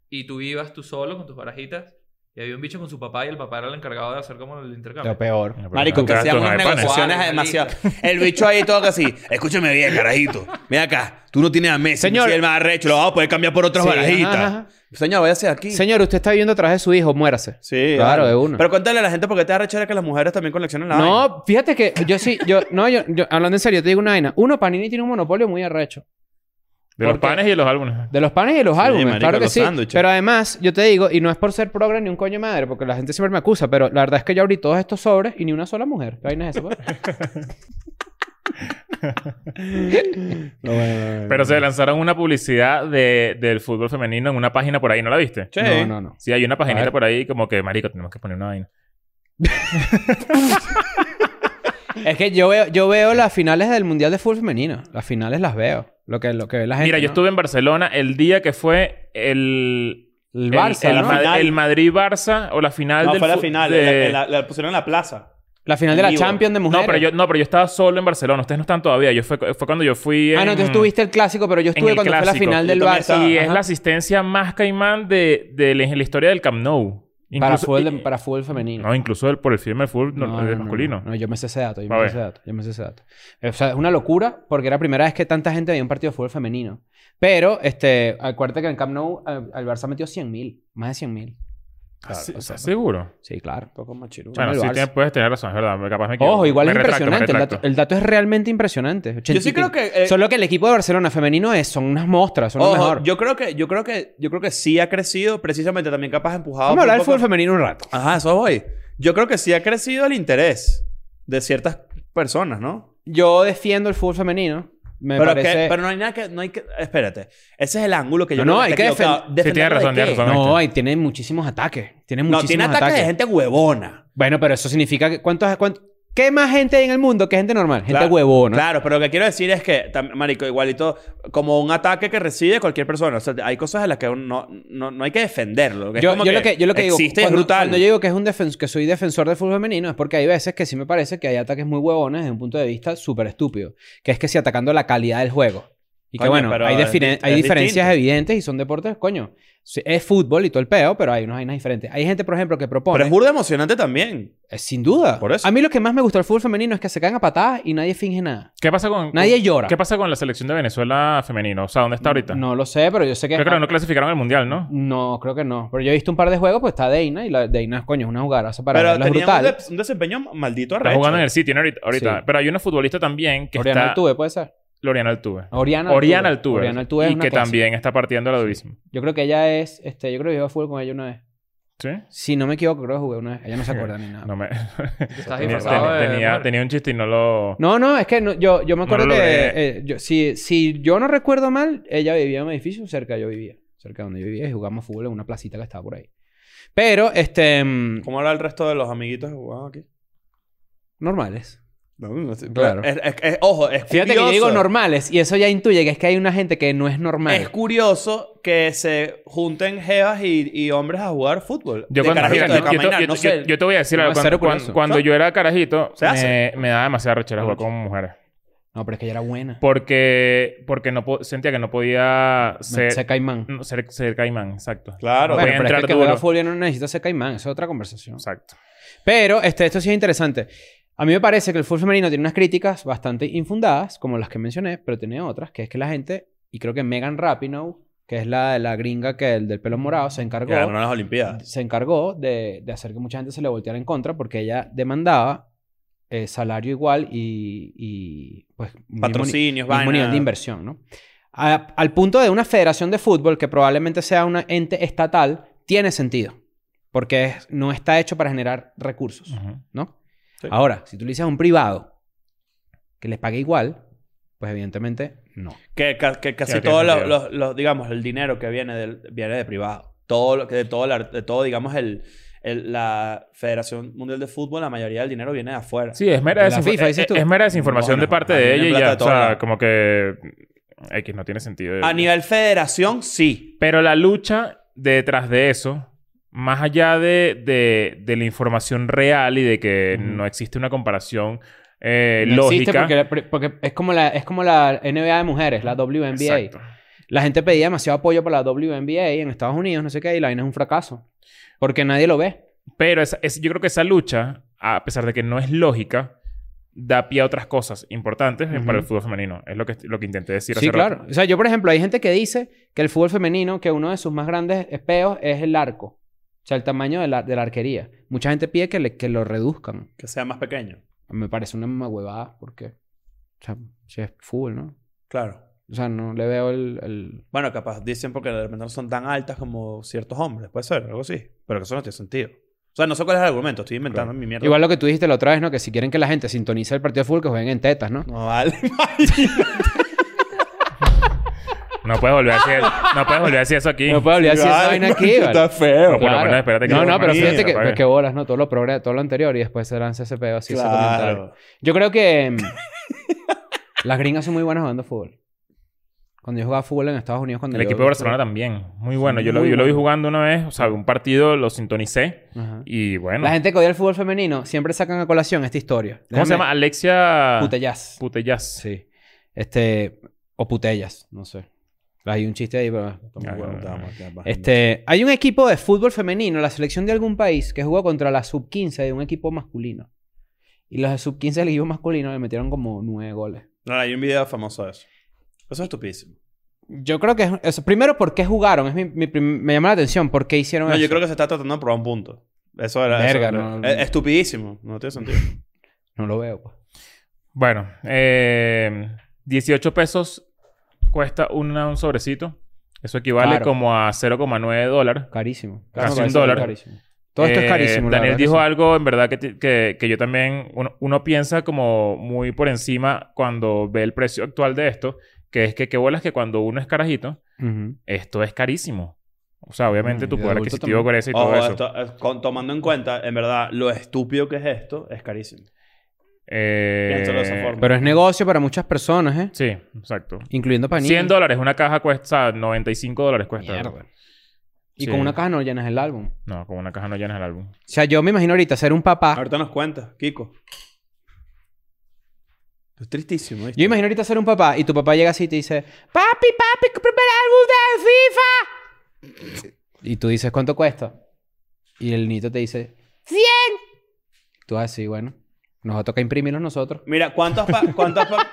S4: y tú ibas tú solo con tus barajitas y había un bicho con su papá y el papá era el encargado de hacer como el intercambio?
S2: Lo peor.
S1: Marico, que
S3: Claro,
S1: hacían
S3: tú no
S1: unas
S3: hay panes.
S1: negociaciones
S4: Vale,
S1: demasiado. El bicho ahí todo así. Escúchame bien, carajito. Mira acá. Tú no tienes a Messi.
S2: Señor.
S1: Si el más arrecho lo vamos a poder cambiar por otras
S2: Sí,
S1: barajitas.
S2: ajá, ajá.
S1: Señor, váyase de aquí.
S2: Señor, usted está viviendo atrás de su hijo, muérase.
S1: Sí.
S2: Claro,
S1: vale.
S2: de una.
S1: Pero cuéntale a la gente porque te arrecho era que las mujeres también coleccionan la vaina.
S2: No, fíjate que yo sí, yo, no, yo, yo- hablando en serio, te digo una vaina. Uno, Panini tiene un monopolio muy arrecho.
S3: De los
S2: Porque-
S3: panes y de los álbumes.
S2: De los panes y de los
S1: Sí,
S2: álbumes,
S1: marico,
S2: claro que
S1: los
S2: sí.
S1: sándwiches.
S2: Pero además, yo te digo, y no es por ser progre ni un coño de madre, porque la gente siempre me acusa, pero la verdad es que yo abrí todos estos sobres y ni una sola mujer. ¿Qué vaina es eso? pues?
S3: Pero se lanzaron una publicidad de, del fútbol femenino en una página por ahí, ¿no la viste?
S1: Sí.
S2: No, no, no.
S3: Sí, hay una
S2: A
S3: paginita
S2: ver.
S3: por ahí como que, marico, tenemos que poner una vaina.
S2: Es que yo veo, yo veo las finales del Mundial de Fútbol Femenino. Las finales las veo. Lo que, lo que ve la gente.
S3: Mira, yo
S2: ¿no?
S3: estuve en Barcelona el día que fue el...
S2: El Barça,
S3: el,
S2: ¿no?
S1: Madrid.
S3: Ma-
S1: Final.
S3: el Madrid-Barça o la final
S1: No,
S3: del
S1: fue la
S3: fu-
S1: final.
S3: de-
S1: en La, en la- la pusieron en la plaza.
S2: La final de la
S1: Vivo.
S2: Champions de mujeres.
S3: No, pero yo, no, pero yo estaba solo en Barcelona. Ustedes no están todavía. Yo fue, fue cuando yo fui en...
S2: Ah, no, tú estuviste el clásico, pero yo estuve
S3: el
S2: cuando fue la
S3: clásico.
S2: final
S1: Yo
S2: del
S1: también
S2: Barça.
S1: estaba.
S3: Y es
S2: Ajá.
S3: la asistencia más caimán de, de la, la historia del Camp Nou.
S2: para,
S3: Incluso-
S2: fútbol, de-
S3: y-
S2: para fútbol femenino.
S3: No, incluso el- por el firme del fútbol no- del masculino.
S2: no, Ah, yo me sé ese dato, yo me
S3: A
S2: sé
S3: ver.
S2: ese dato, yo me sé ese dato. O sea, es una locura porque era la primera vez que tanta gente veía un partido de fútbol femenino. Pero, este, acuérdate que en Camp Nou eh, el Barça metió 100.000, más de 100.000.
S3: Ah, sí,
S2: o sea,
S3: ¿estás seguro?
S2: Sí, claro.
S1: Un poco más chirudo.
S3: Bueno,
S2: el
S3: sí
S2: Barça.
S3: tienes- puedes tener razón, es verdad. Capaz me equivoco.
S2: Ojo, igual
S3: Me
S2: es
S3: retracto, me
S2: impresionante. El
S3: retracto.
S2: dato, el dato es realmente impresionante.
S1: Yo sí creo que... eh,
S2: Solo que el equipo de Barcelona femenino es, son unas mostras, son lo
S1: Ojo,
S2: mejor.
S1: yo creo que, yo creo que, yo creo que sí ha crecido, precisamente también capaz empujado.
S2: Vamos a
S1: por
S2: hablar
S1: un
S2: del
S1: poco-
S2: fútbol femenino un rato.
S1: Ajá, eso voy. Yo creo que sí ha crecido el interés de ciertas personas, ¿no?
S2: Yo defiendo el fútbol femenino. Me
S1: Pero,
S2: parece...
S1: que- pero no hay nada que, no hay que, espérate. Ese es el ángulo que yo
S2: No,
S1: creo
S2: no, hay que
S1: está equivocado.
S3: Sí, tienes razón,
S1: ¿Defenderlo de
S3: tienes razón.
S2: No,
S3: Honesta.
S2: y tiene muchísimos ataques.
S1: qué?
S2: Tiene muchísimos
S1: No, tiene ataques de gente huevona.
S2: Bueno, pero eso significa que ¿cuántos, cuánto- qué más gente hay en el mundo que gente normal? Gente
S1: Claro,
S2: huevona.
S1: Claro, pero lo que quiero decir es que, tam- marico, igualito, como un ataque que recibe cualquier persona. O sea, hay cosas de las que uno- no, no, no hay que defenderlo. que es
S2: Yo,
S1: como
S2: yo lo que, yo lo que digo,
S1: existe y es
S2: cuando,
S1: brutal.
S2: cuando yo digo que, es un defen- que soy defensor del fútbol femenino es porque hay veces que sí me parece que hay ataques muy huevones desde un punto de vista súper estúpido. Que es que si atacando la calidad del juego. Y que
S1: Coño, pero
S2: bueno, hay,
S1: es
S2: define-
S1: di-
S2: hay
S1: es
S2: diferencias
S1: distinto.
S2: evidentes y son deportes, coño. sí, Es fútbol y todo el peo, pero hay unas vainas diferentes. Hay gente, por ejemplo, que propone...
S1: Pero es burda emocionante también.
S2: Eh, Sin duda.
S1: Por eso.
S2: A mí lo que más me gusta del fútbol femenino es que se caen a patadas y nadie finge nada.
S3: ¿Qué pasa con...
S2: Nadie llora.
S3: ¿Qué pasa con la selección de Venezuela femenino? O sea, ¿dónde está ahorita?
S2: No lo sé, pero yo sé que... ah,
S3: Creo que no clasificaron al Mundial, ¿no?
S2: No, creo que no. Pero yo he visto un par de juegos, pues está Deina y la Deina, coño, es una jugadaza para
S1: pero
S2: verla es
S1: tenía un,
S2: brutal.
S1: de- un desempeño maldito
S3: Está
S1: arrecho.
S3: jugando en el City ¿no? ahorita. ahorita.
S2: Sí.
S3: Pero hay una futbolista también que
S2: Oriana
S3: está...
S2: Altuve, puede ser.
S3: Loriana Altuve.
S2: Oriana,
S3: Oriana Altuve.
S2: Oriana Altuve es
S3: Y
S2: una
S3: que
S2: clásica.
S3: también está partiendo la durísimo.
S2: Yo creo que ella es, este, yo creo que yo jugué fútbol con ella una vez.
S3: ¿Sí?
S2: Si no me equivoco, creo que jugué una vez. Ella no se acuerda ni nada.
S3: No me...
S4: Estás
S3: tenía,
S4: disfrazado
S3: ten-
S4: de...
S3: tenía, tenía un chiste y no lo...
S2: No, no, es que no- yo, yo me acuerdo
S3: No lo
S2: que
S3: logré.
S2: eh, yo- si, si yo no recuerdo mal, ella vivía en un edificio cerca yo vivía. Cerca de donde yo vivía y jugamos fútbol en una placita que estaba por ahí. Pero, este... mm,
S1: ¿Cómo era el resto de los amiguitos que jugaban aquí?
S2: Normales.
S1: No, no sé.
S2: Claro.
S1: Es- es- es- ojo, es
S2: Fíjate
S1: curioso.
S2: que yo digo normales y eso ya intuye que es que hay una gente que no es normal.
S1: Es curioso que se junten jevas y, y hombres a jugar fútbol.
S3: Yo
S1: De
S3: cuando-
S1: carajito,
S3: yo-
S1: de
S3: yo-
S1: caminar,
S3: yo-
S1: no
S3: yo-
S1: sé.
S3: yo te voy a decir
S2: No,
S3: algo.
S2: es cero
S3: Cuando, cuando-
S2: curioso.
S3: cuando yo era carajito,
S1: Se hace.
S3: me, me daba demasiada rechera jugar con mujeres.
S2: No, pero es que ella era buena.
S3: Porque, porque no po- sentía que no podía
S2: Se,
S3: ser,
S2: caimán.
S3: no, ser, ser caimán, exacto.
S1: Claro.
S3: voy
S2: bueno,
S3: a
S2: pero es
S3: entrar
S2: que el que
S3: duro.
S2: juega fútbol ya no necesita ser caimán. Eso es otra conversación.
S3: Exacto.
S2: Pero este, esto sí es interesante. A mí me parece que el fútbol femenino tiene unas críticas bastante infundadas, como las que mencioné, pero tiene otras, que es que la gente, y creo que Megan Rapinoe, que es la, la gringa que el del pelo morado, se encargó,
S1: Que ganaron las Olimpiadas.
S2: se encargó de, de hacer que mucha gente se le volteara en contra porque ella demandaba eh, salario igual y, y pues mismo ni-
S1: Patrocinios,
S2: mismo nivel
S1: vainas.
S2: de inversión, ¿no? A- al punto de una federación de fútbol que probablemente sea un ente estatal, tiene sentido. Porque es- no está hecho para generar recursos,
S3: Ujú.
S2: ¿no?
S1: Sí.
S2: Ahora, si tú le dices a un privado que les pague igual, pues evidentemente no.
S1: Que, ca- que casi
S3: tiene
S1: todo, lo-
S3: sentido.
S1: los- los, digamos, el dinero que viene, del, viene de privado. Todo, lo que- de, todo la- de todo, digamos, el, el- la Federación Mundial de Fútbol, la mayoría del dinero viene de afuera.
S3: Sí, es mera,
S2: De la
S3: desinfo-
S2: FIFA,
S3: eh,
S2: dices tú.
S3: es mera desinformación
S1: Bueno,
S3: de parte
S1: a mí me
S3: de ella y
S1: plata
S3: ya.
S1: de
S3: O
S1: todos
S3: sea,
S1: lados.
S3: como que... X no tiene sentido.
S1: A nivel federación, sí.
S3: Pero la lucha detrás de eso, más allá de, de- de la información real y de que
S2: Ujú.
S3: no existe una comparación eh,
S2: No existe
S3: lógica.
S2: porque, porque es, como la, es como la NBA de mujeres, la WNBA.
S3: Exacto.
S2: La gente pedía demasiado apoyo para la WNBA en Estados Unidos, no sé qué, y la vaina es un fracaso. Porque nadie lo ve.
S3: Pero esa- es- yo creo que esa lucha, a pesar de que no es lógica, da pie a otras cosas importantes eh,
S2: Ujú.
S3: para el fútbol femenino. Es lo que, lo que intenté decir
S2: Sí,
S3: hace
S2: claro.
S3: rato.
S2: O sea, yo, por ejemplo, hay gente que dice que el fútbol femenino, que uno de sus más grandes espeos es el arco. O sea, el tamaño de la, de la arquería. Mucha gente pide que, le- que lo reduzcan.
S1: Que sea más pequeño.
S2: Me parece una mamá huevada, porque. O sea, si es fútbol, ¿no?
S1: Claro.
S2: O sea, no le veo el. el-
S1: Bueno, capaz dicen porque de repente no son tan altas como ciertos hombres. Puede ser, algo así. Pero que eso no tiene sentido. O sea, no sé cuál es el argumento. Estoy inventando mi mierda.
S2: Igual lo que tú dijiste la otra vez, ¿no? Que si quieren que la gente sintonice el partido de fútbol, que jueguen en tetas, ¿no?
S1: No vale.
S3: No puedes volver a decir, no puedes volver a decir eso aquí.
S2: No puedo olvidar si esa vaina aquí, ¿vale?
S1: Está feo.
S3: Pero por lo menos espérate que
S2: no,
S3: yo
S2: no,
S3: me
S2: pero
S1: apague.
S2: fíjate que,
S3: Me apague.
S2: que bolas, ¿no? Todo lo, progre- todo lo anterior y después se lanza ese pedo así, ese comentario.
S1: pues.
S2: Ah,
S1: claro.
S2: Yo creo que mm, las gringas son muy buenas jugando fútbol. Cuando yo jugaba fútbol en Estados Unidos, cuando
S3: El
S2: yo-
S3: equipo de Barcelona también. Muy bueno. Yo, lo,
S2: Muy
S3: vi- yo lo vi
S2: bueno.
S3: jugando una vez. O sea, un partido lo sintonicé.
S2: Ajá.
S3: Y bueno.
S2: La gente que odia el fútbol femenino siempre sacan a colación esta historia.
S3: ¿Cómo se
S2: Déjame-
S3: llama? Alexia...
S2: Putellas.
S3: Putellas.
S2: Sí. Este... O putellas, no sé. Hay un chiste ahí, pero...
S3: Ah,
S1: Bueno,
S3: no, no, no.
S1: estamos acá, pues. bajando.
S2: Este, hay un equipo de fútbol femenino, la selección de algún país, que jugó contra la sub-15 de un equipo masculino. Y los de sub-15 del equipo masculino le metieron como nueve goles.
S1: No, no, hay un video famoso de eso. Eso es estupidísimo.
S2: Yo creo que es, es- primero, ¿por qué jugaron? Es mi, mi prim- me llama la atención, ¿por qué hicieron
S1: No,
S2: eso?
S1: yo creo que se está tratando de probar un punto. Eso era.
S2: Verga,
S1: eso era-
S2: no.
S1: es- estupidísimo. No tiene sentido.
S2: No lo veo, pues.
S3: Bueno, eh, 18 pesos cuesta una- un sobrecito. Eso equivale
S2: Claro.
S3: como a 0,9 dólares.
S2: Carísimo.
S3: Casi
S2: Me parece
S3: un dólar.
S2: carísimo. Todo esto es
S3: Eh,
S2: carísimo. la
S3: Daniel
S2: verdad que
S3: dijo
S2: sí.
S3: algo, en verdad, que, ti- que, que yo también, uno, uno piensa como muy por encima cuando ve el precio actual de esto, que es que qué bolas que cuando uno es carajito,
S2: Ujú.
S3: esto es carísimo. O sea, obviamente
S2: Mm, y
S3: tu
S2: de
S3: poder
S2: adulto
S3: adquisitivo
S2: también.
S3: crece y todo
S1: Ojo,
S3: eso.
S1: esto, eh, con- tomando en cuenta, en verdad, lo estúpido que es esto, es carísimo.
S3: Eh,
S1: Piénsalo de esa forma.
S2: Pero es negocio para muchas personas, ¿eh?
S3: Sí, exacto.
S2: Incluyendo para
S3: 100 dólares una caja cuesta, 95 dólares cuesta.
S2: Mierda. Y
S3: Sí.
S2: con una caja no llenas el álbum.
S3: No, con una caja no llenas el álbum.
S2: O sea, yo me imagino ahorita ser un papá.
S1: Ahorita nos cuentas, Kiko. Es tristísimo. ¿viste?
S2: Yo imagino ahorita ser un papá y tu papá llega así y te dice, papi, papi, primer álbum de FIFA. Y tú dices, ¿cuánto cuesta? Y el niño te dice, 100. Tú así, bueno, nos va a tocar imprimirlos nosotros.
S1: Mira, ¿cuántos, pa- cuántos, pa-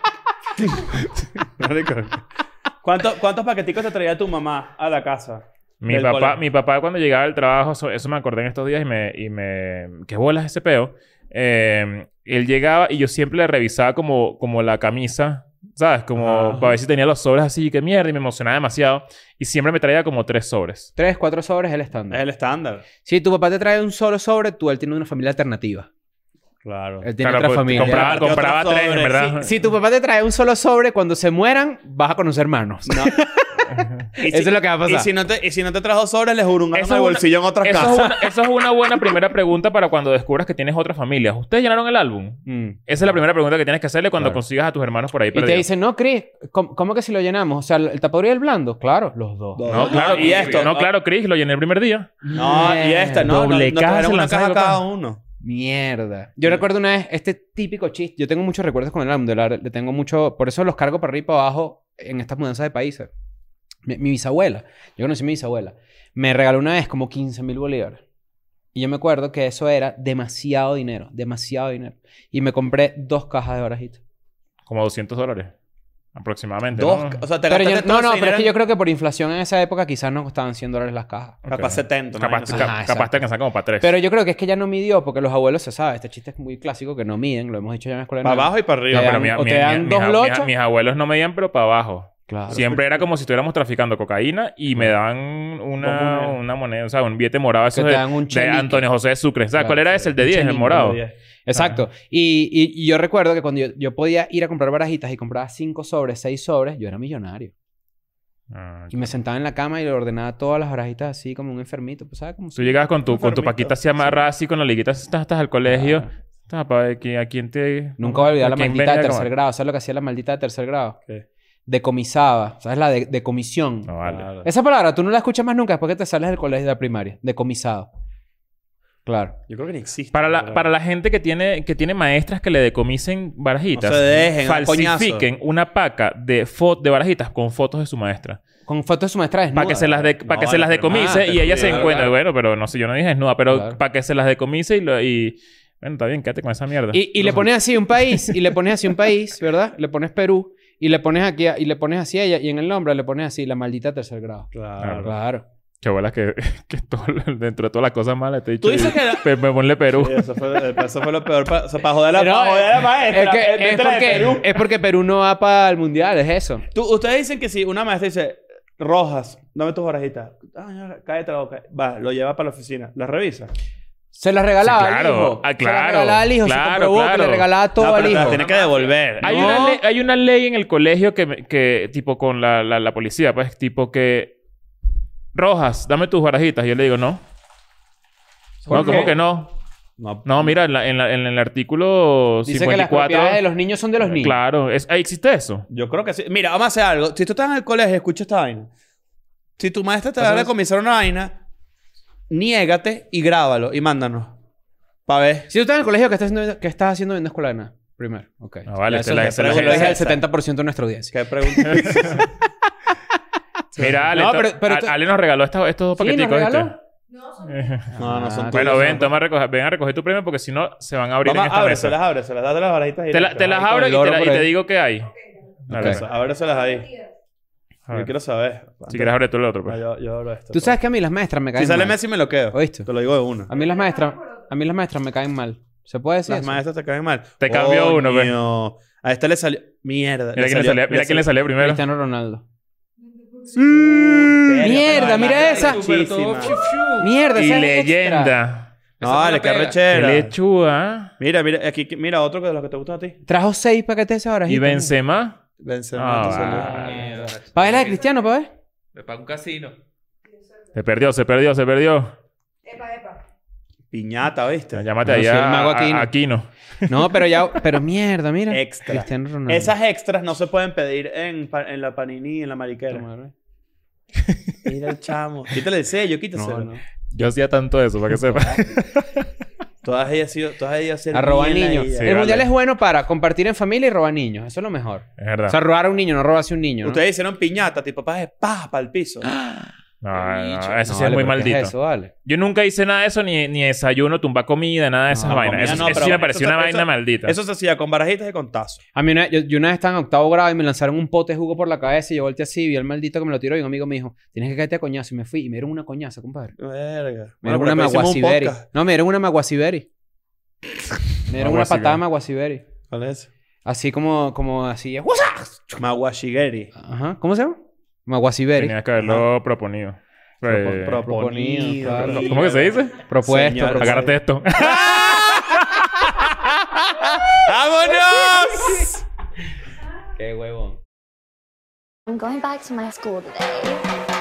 S1: cuántos, cuántos paqueticos te traía tu mamá a la casa?
S3: Mi
S1: Del
S3: papá,
S1: colegio.
S3: mi papá cuando llegaba del trabajo, eso, eso me acordé en estos días y me... Y me ¿Qué bolas ese peo? Eh, él llegaba y yo siempre le revisaba como, como la camisa ¿Sabes? Como
S1: Ajá.
S3: para ver si tenía los sobres así, que mierda, y me emocionaba demasiado. Y siempre me traía como tres sobres.
S2: Tres, cuatro sobres es el
S1: Es
S2: estándar.
S1: el estándar.
S2: Si tu papá te trae un solo sobre, tú él tiene una familia alternativa.
S1: Claro.
S2: Él tiene
S3: Claro,
S2: otra
S3: pues,
S2: familia.
S3: Compraba,
S1: Aparte,
S3: compraba
S1: otros
S3: tres, en
S1: sobres,
S3: verdad.
S2: Si tu papá te trae un solo sobre, cuando se mueran, vas a conocer hermanos.
S1: No. Y
S2: Eso
S1: si-
S2: es lo que va a
S1: Y
S2: pasar.
S1: si no te, y si no te trajo sobres, les hurungaron
S3: Eso
S1: el
S3: es una-
S1: bolsillo en otras
S3: Eso es,
S1: casas.
S3: una, eso es una buena primera pregunta para cuando descubras que tienes otra familia. ¿Ustedes llenaron el álbum?
S2: Mm.
S3: Esa es la primera pregunta que tienes que hacerle cuando
S2: Claro.
S3: consigas a tus hermanos por ahí
S2: Y te
S3: perdidos.
S2: dicen, no, Chris, ¿cómo, cómo que si lo llenamos? O sea, ¿el tapadura y el blando? Claro, los dos.
S1: Dos.
S3: No, claro.
S1: y esto.
S3: No, claro, Chris, lo llené el primer día.
S1: No, y esta, no.
S3: Doble
S1: no, no
S3: caja,
S1: trajeron
S3: se
S1: una
S3: lanzaba
S1: caja
S3: la
S1: cada
S3: caja.
S1: uno.
S2: Mierda. Yo recuerdo una vez este típico chiste. Yo tengo muchos recuerdos con el álbum. de la- Le tengo mucho... Por eso los cargo para arriba y para abajo en estas mudanzas de países. Mi, mi bisabuela. Yo conocí a mi bisabuela. Me regaló una vez como 15 mil bolívares. Y yo me acuerdo que eso era demasiado dinero. Demasiado dinero. Y me compré dos cajas de barajitas.
S3: Como 200 dólares. Aproximadamente.
S1: Dos.
S3: ¿no?
S1: O sea, te
S2: Pero yo-
S1: gastaste todo
S2: no,
S1: ese
S2: no, pero
S1: dinero Pues.
S2: es que yo creo que por inflación en esa época quizás nos costaban 100 dólares las cajas.
S3: Ok.
S1: Capaz 70. ¿no?
S3: Capaz,
S1: No sé.
S2: Ajá,
S3: ca-
S2: exacto.
S3: capaz te alcanzan como para tres.
S2: Pero yo creo que es que ya no midió porque los abuelos se sabe. Este chiste es muy clásico que no miden. Lo hemos dicho ya en la escuela. de
S1: Para
S2: nada.
S1: abajo y para
S3: No,
S1: arriba.
S2: Te
S3: pero
S2: dan-
S3: mi-
S2: o te
S3: mi-
S2: dan
S3: mi-
S2: dos
S3: mis-
S2: lochas.
S3: mis- mis abuelos no medían, pero para abajo.
S2: Claro.
S3: Siempre era como si estuviéramos traficando cocaína y me daban una,
S1: Dos monedas.
S3: una moneda, o sea, un billete morado. Eso
S2: Que te
S3: de,
S2: dan un
S3: de
S2: chelique.
S3: Antonio José de Sucre. O sea,
S2: Claro,
S3: ¿Cuál era
S2: sí,
S3: ese? El de
S2: un
S3: 10, el
S2: chelique,
S3: morado.
S1: Diez.
S2: Exacto. Y, y- y yo recuerdo que cuando yo, yo podía ir a comprar barajitas y compraba cinco sobres, seis sobres, yo era millonario.
S3: Ah,
S2: Y me sentaba en la cama y le ordenaba todas las barajitas así como un enfermito. Pues, ¿sabes? Como
S3: Tú llegabas con tu,
S1: Un
S3: con tu
S1: fermito,
S3: paquita así amarrada, así con la liguita, estás, estás al colegio.
S2: Claro.
S3: Ah, pa, ¿a quién- a quién te...?
S2: Nunca voy a olvidar la
S3: quién
S2: maldita de
S3: venía
S2: tercer
S3: como-
S2: grado. ¿Sabes lo que hacía la maldita de tercer grado?
S1: ¿Qué?
S2: Decomisaba. ¿Sabes la de, decomisión?
S3: No vale.
S1: Claro.
S2: Esa palabra tú no la escuchas más nunca después que te sales del colegio de la primaria. Decomisado. Claro.
S1: Yo creo que ni existe.
S3: Para la,
S1: ¿verdad?
S3: para la gente que tiene, que tiene maestras que le decomisen barajitas,
S1: No se dejen, un
S3: falsifiquen una paca de, fo- de barajitas con fotos de su maestra.
S2: Con fotos de su maestra desnuda.
S3: Para que se las, de-
S1: No,
S3: para que se
S1: vale,
S3: las
S1: pero
S3: decomise
S1: nada,
S3: y ella se
S1: claro,
S3: encuentra.
S4: claro.
S3: Bueno, pero no sé, yo no dije desnuda, pero
S2: Claro.
S3: para que se las decomise y, lo- y- Bueno, está bien, quédate con esa mierda.
S2: Y, y le pones así un país, y le pones así un país, ¿verdad? Le pones Perú, y le pones aquí, a- y le pones así a ella, y en el nombre le pones así, la maldita tercer grado. Ah,
S1: Claro.
S2: Claro.
S3: Qué bolas que, que todo, dentro de todas las cosas malas te he dicho.
S1: Tú dices
S3: y-
S1: que la-
S3: pe- me ponle Perú.
S1: Sí, eso, fue, eh, eso fue lo peor. Para, o sea, para joder a la,
S2: Pero,
S1: para joder a la
S2: eh,
S1: maestra.
S2: Es, que- es
S1: Métela de Perú.
S2: porque, es porque Perú no va para el mundial, es eso.
S1: Tú- ustedes dicen que si una maestra dice, Rojas, dame tus orejitas. Ah, señora, cállate la boca. Va, lo lleva para la oficina. ¿La revisa?
S2: Se las regalaba
S3: Sí, claro.
S2: al hijo.
S3: Ah,
S2: Se las
S3: claro.
S2: regalaba al hijo,
S3: Claro,
S2: se comprobó que
S3: claro. Ah,
S2: le regalaba todo
S1: No, pero
S2: al
S1: te la
S2: hijo.
S1: tiene que devolver.
S3: Hay,
S1: ¿no?
S3: una le- hay una ley en el colegio que, me- que tipo, con la, la- la policía, pues, tipo que... Rojas, dame tus barajitas. Y yo le digo, no. No, ¿cómo que no?
S1: No,
S3: No, mira, en, la- en la- en el artículo
S2: Dice que las
S3: 54...
S2: propiedades de los niños son de los niños.
S3: Claro, es, ahí existe eso.
S1: Yo creo que sí. Mira, vamos a hacer algo. Si tú estás en el colegio y escuchas esta vaina, si tu maestra te va a
S3: Hacemos-
S1: decomisar una vaina, niégate y grábalo y mándanos. Para ver.
S2: Si tú estás en el colegio, ¿qué estás haciendo, qué estás haciendo viendo escuela de nada? Primero. Ok.
S3: Ah, vale,
S1: Ya, eso
S3: esa es la-
S1: es
S3: esa es la-
S2: Se lo
S1: pregunta.
S2: dije al
S1: esa.
S2: 70% de nuestra audiencia.
S1: ¿Qué pregunta?
S3: Mira, Ale,
S2: No,
S3: to-
S2: pero- pero
S3: A-
S2: tú-
S3: Ale nos regaló estos, estos dos
S2: Sí, nos
S3: paquetitos.
S2: regaló.
S5: No, son
S3: ¿viste?
S1: no, no son tuyos,
S2: Ah,
S3: Bueno,
S1: son
S3: ven,
S1: tuyos.
S3: toma a recoger, ven a recoger tu premio porque si no se van a abrir en
S1: Vamos,
S3: esta
S1: abre, se
S3: mesa.
S1: las abre, se las das de las orejitas.
S3: Te, la- te las
S2: con
S3: abro
S2: el
S3: y te,
S2: loro
S3: la-
S2: por
S3: y
S2: ahí.
S3: te digo qué hay. Dale,
S2: Ok.
S3: pues.
S1: Ábreselas ahí.
S3: A ver.
S1: Yo quiero saber.
S3: Si quieres abrir tú el otro.
S1: No,
S3: Pues.
S1: yo, yo abro esto.
S2: Tú sabes que a mí las maestras me caen
S1: Si sale
S2: mal.
S1: Messi me lo quedo.
S2: ¿Oíste?
S1: Te lo digo de una.
S2: A mí las maestras, a mí las maestras me caen mal. ¿Se puede decir?
S1: Las
S2: eso?
S1: maestras te caen mal.
S3: Te cambió uno, pues.
S1: Coño. A esta le salió. Mierda.
S3: Mira, quién le salía, mira quién le salió primero.
S2: Cristiano Ronaldo.
S1: Verga,
S2: Mierda,
S1: pero
S2: mira
S1: la-
S2: esa.
S1: Muchísima.
S2: Mierda,
S3: Y
S2: esa es extra.
S3: leyenda.
S1: No,
S4: Esa fue
S1: vale,
S4: la
S1: qué
S4: pega.
S3: Qué
S1: rechera.
S3: lechuga.
S1: Mira, mira, aquí, mira otro que de los que te gustan a ti.
S2: Trajo seis paquetes de ahora.
S3: Y Benzema.
S1: Benzema.
S3: Ah,
S1: te salió.
S3: va.
S2: ¿Para ver la de Cristiano, para ver?
S4: Me paga un casino.
S3: Se perdió, se perdió, se perdió.
S5: Epa, epa.
S1: Piñata, ¿viste?
S3: Llámate
S2: No, soy el
S3: allá
S2: mago
S3: a-
S2: Aquino.
S3: a Aquino.
S2: No, pero ya... Pero mierda, mira.
S1: Extra.
S2: Cristiano Ronaldo.
S1: Esas extras no se pueden pedir en, pa- en la panini, en la mariquera. Mira el chamo. Quítale el sello, quítaselo.
S2: No, no.
S3: Yo hacía tanto eso, para que sepas.
S1: Todas ellas sido, todas ellas ser
S2: A robar
S1: bien
S2: niños.
S1: ahí,
S3: Sí,
S1: ahí.
S2: el mundial
S3: vale.
S2: es bueno para compartir en familia y robar niños. Eso es lo mejor.
S3: Es
S2: O sea,
S3: verdad.
S2: robar a un niño, no robarse un niño. ¿no?
S1: Ustedes hicieron piñata, tipo, papá, es paja para el piso.
S3: No, no,
S4: Bicho.
S3: eso
S2: No,
S3: sí es
S2: vale, pero
S3: muy
S2: ¿qué
S3: maldito.
S2: eso, vale.
S3: Yo nunca hice nada de eso, ni, ni desayuno, tumba comida, nada de esas
S2: No,
S3: vainas.
S1: comida
S3: Eso,
S1: no,
S3: eso
S1: pero
S3: sí me
S1: eso-
S3: pareció una
S1: eso-
S3: vaina maldita.
S1: Eso se hacía con barajitas y con tazos.
S2: A mí una, yo, yo una vez estaba en octavo grado y me lanzaron un pote de jugo por la cabeza y yo volteé así, vi al maldito que me lo tiró y un amigo me dijo, tienes que caerte a coñazo. Y me fui y me dieron una coñaza, compadre.
S1: Verga.
S2: Me dieron
S1: Bueno,
S2: una
S1: pero hicimos un
S2: maguaciberi.
S1: podcast.
S2: No, me dieron una maguaciberi. Me dieron una
S3: Maguaciberi.
S2: patada de maguaciberi.
S1: ¿Cuál es?
S2: Así como, como así. ¡Guasa!
S1: Mawashigeri.
S2: Ajá. ¿Cómo se llama? Maguasiberi.
S3: Tenías que haberlo proponido.
S1: É,
S3: Eh,
S1: Pro- proponido,
S2: proponido,
S1: claro.
S2: proponido.
S3: ¿Cómo que se
S1: né?
S3: dice?
S2: Propuesto.
S1: Señor,
S2: propuesto.
S3: Agárrate esto.
S1: ¡Vámonos!
S2: Qué huevón.
S5: I'm going back to my school today.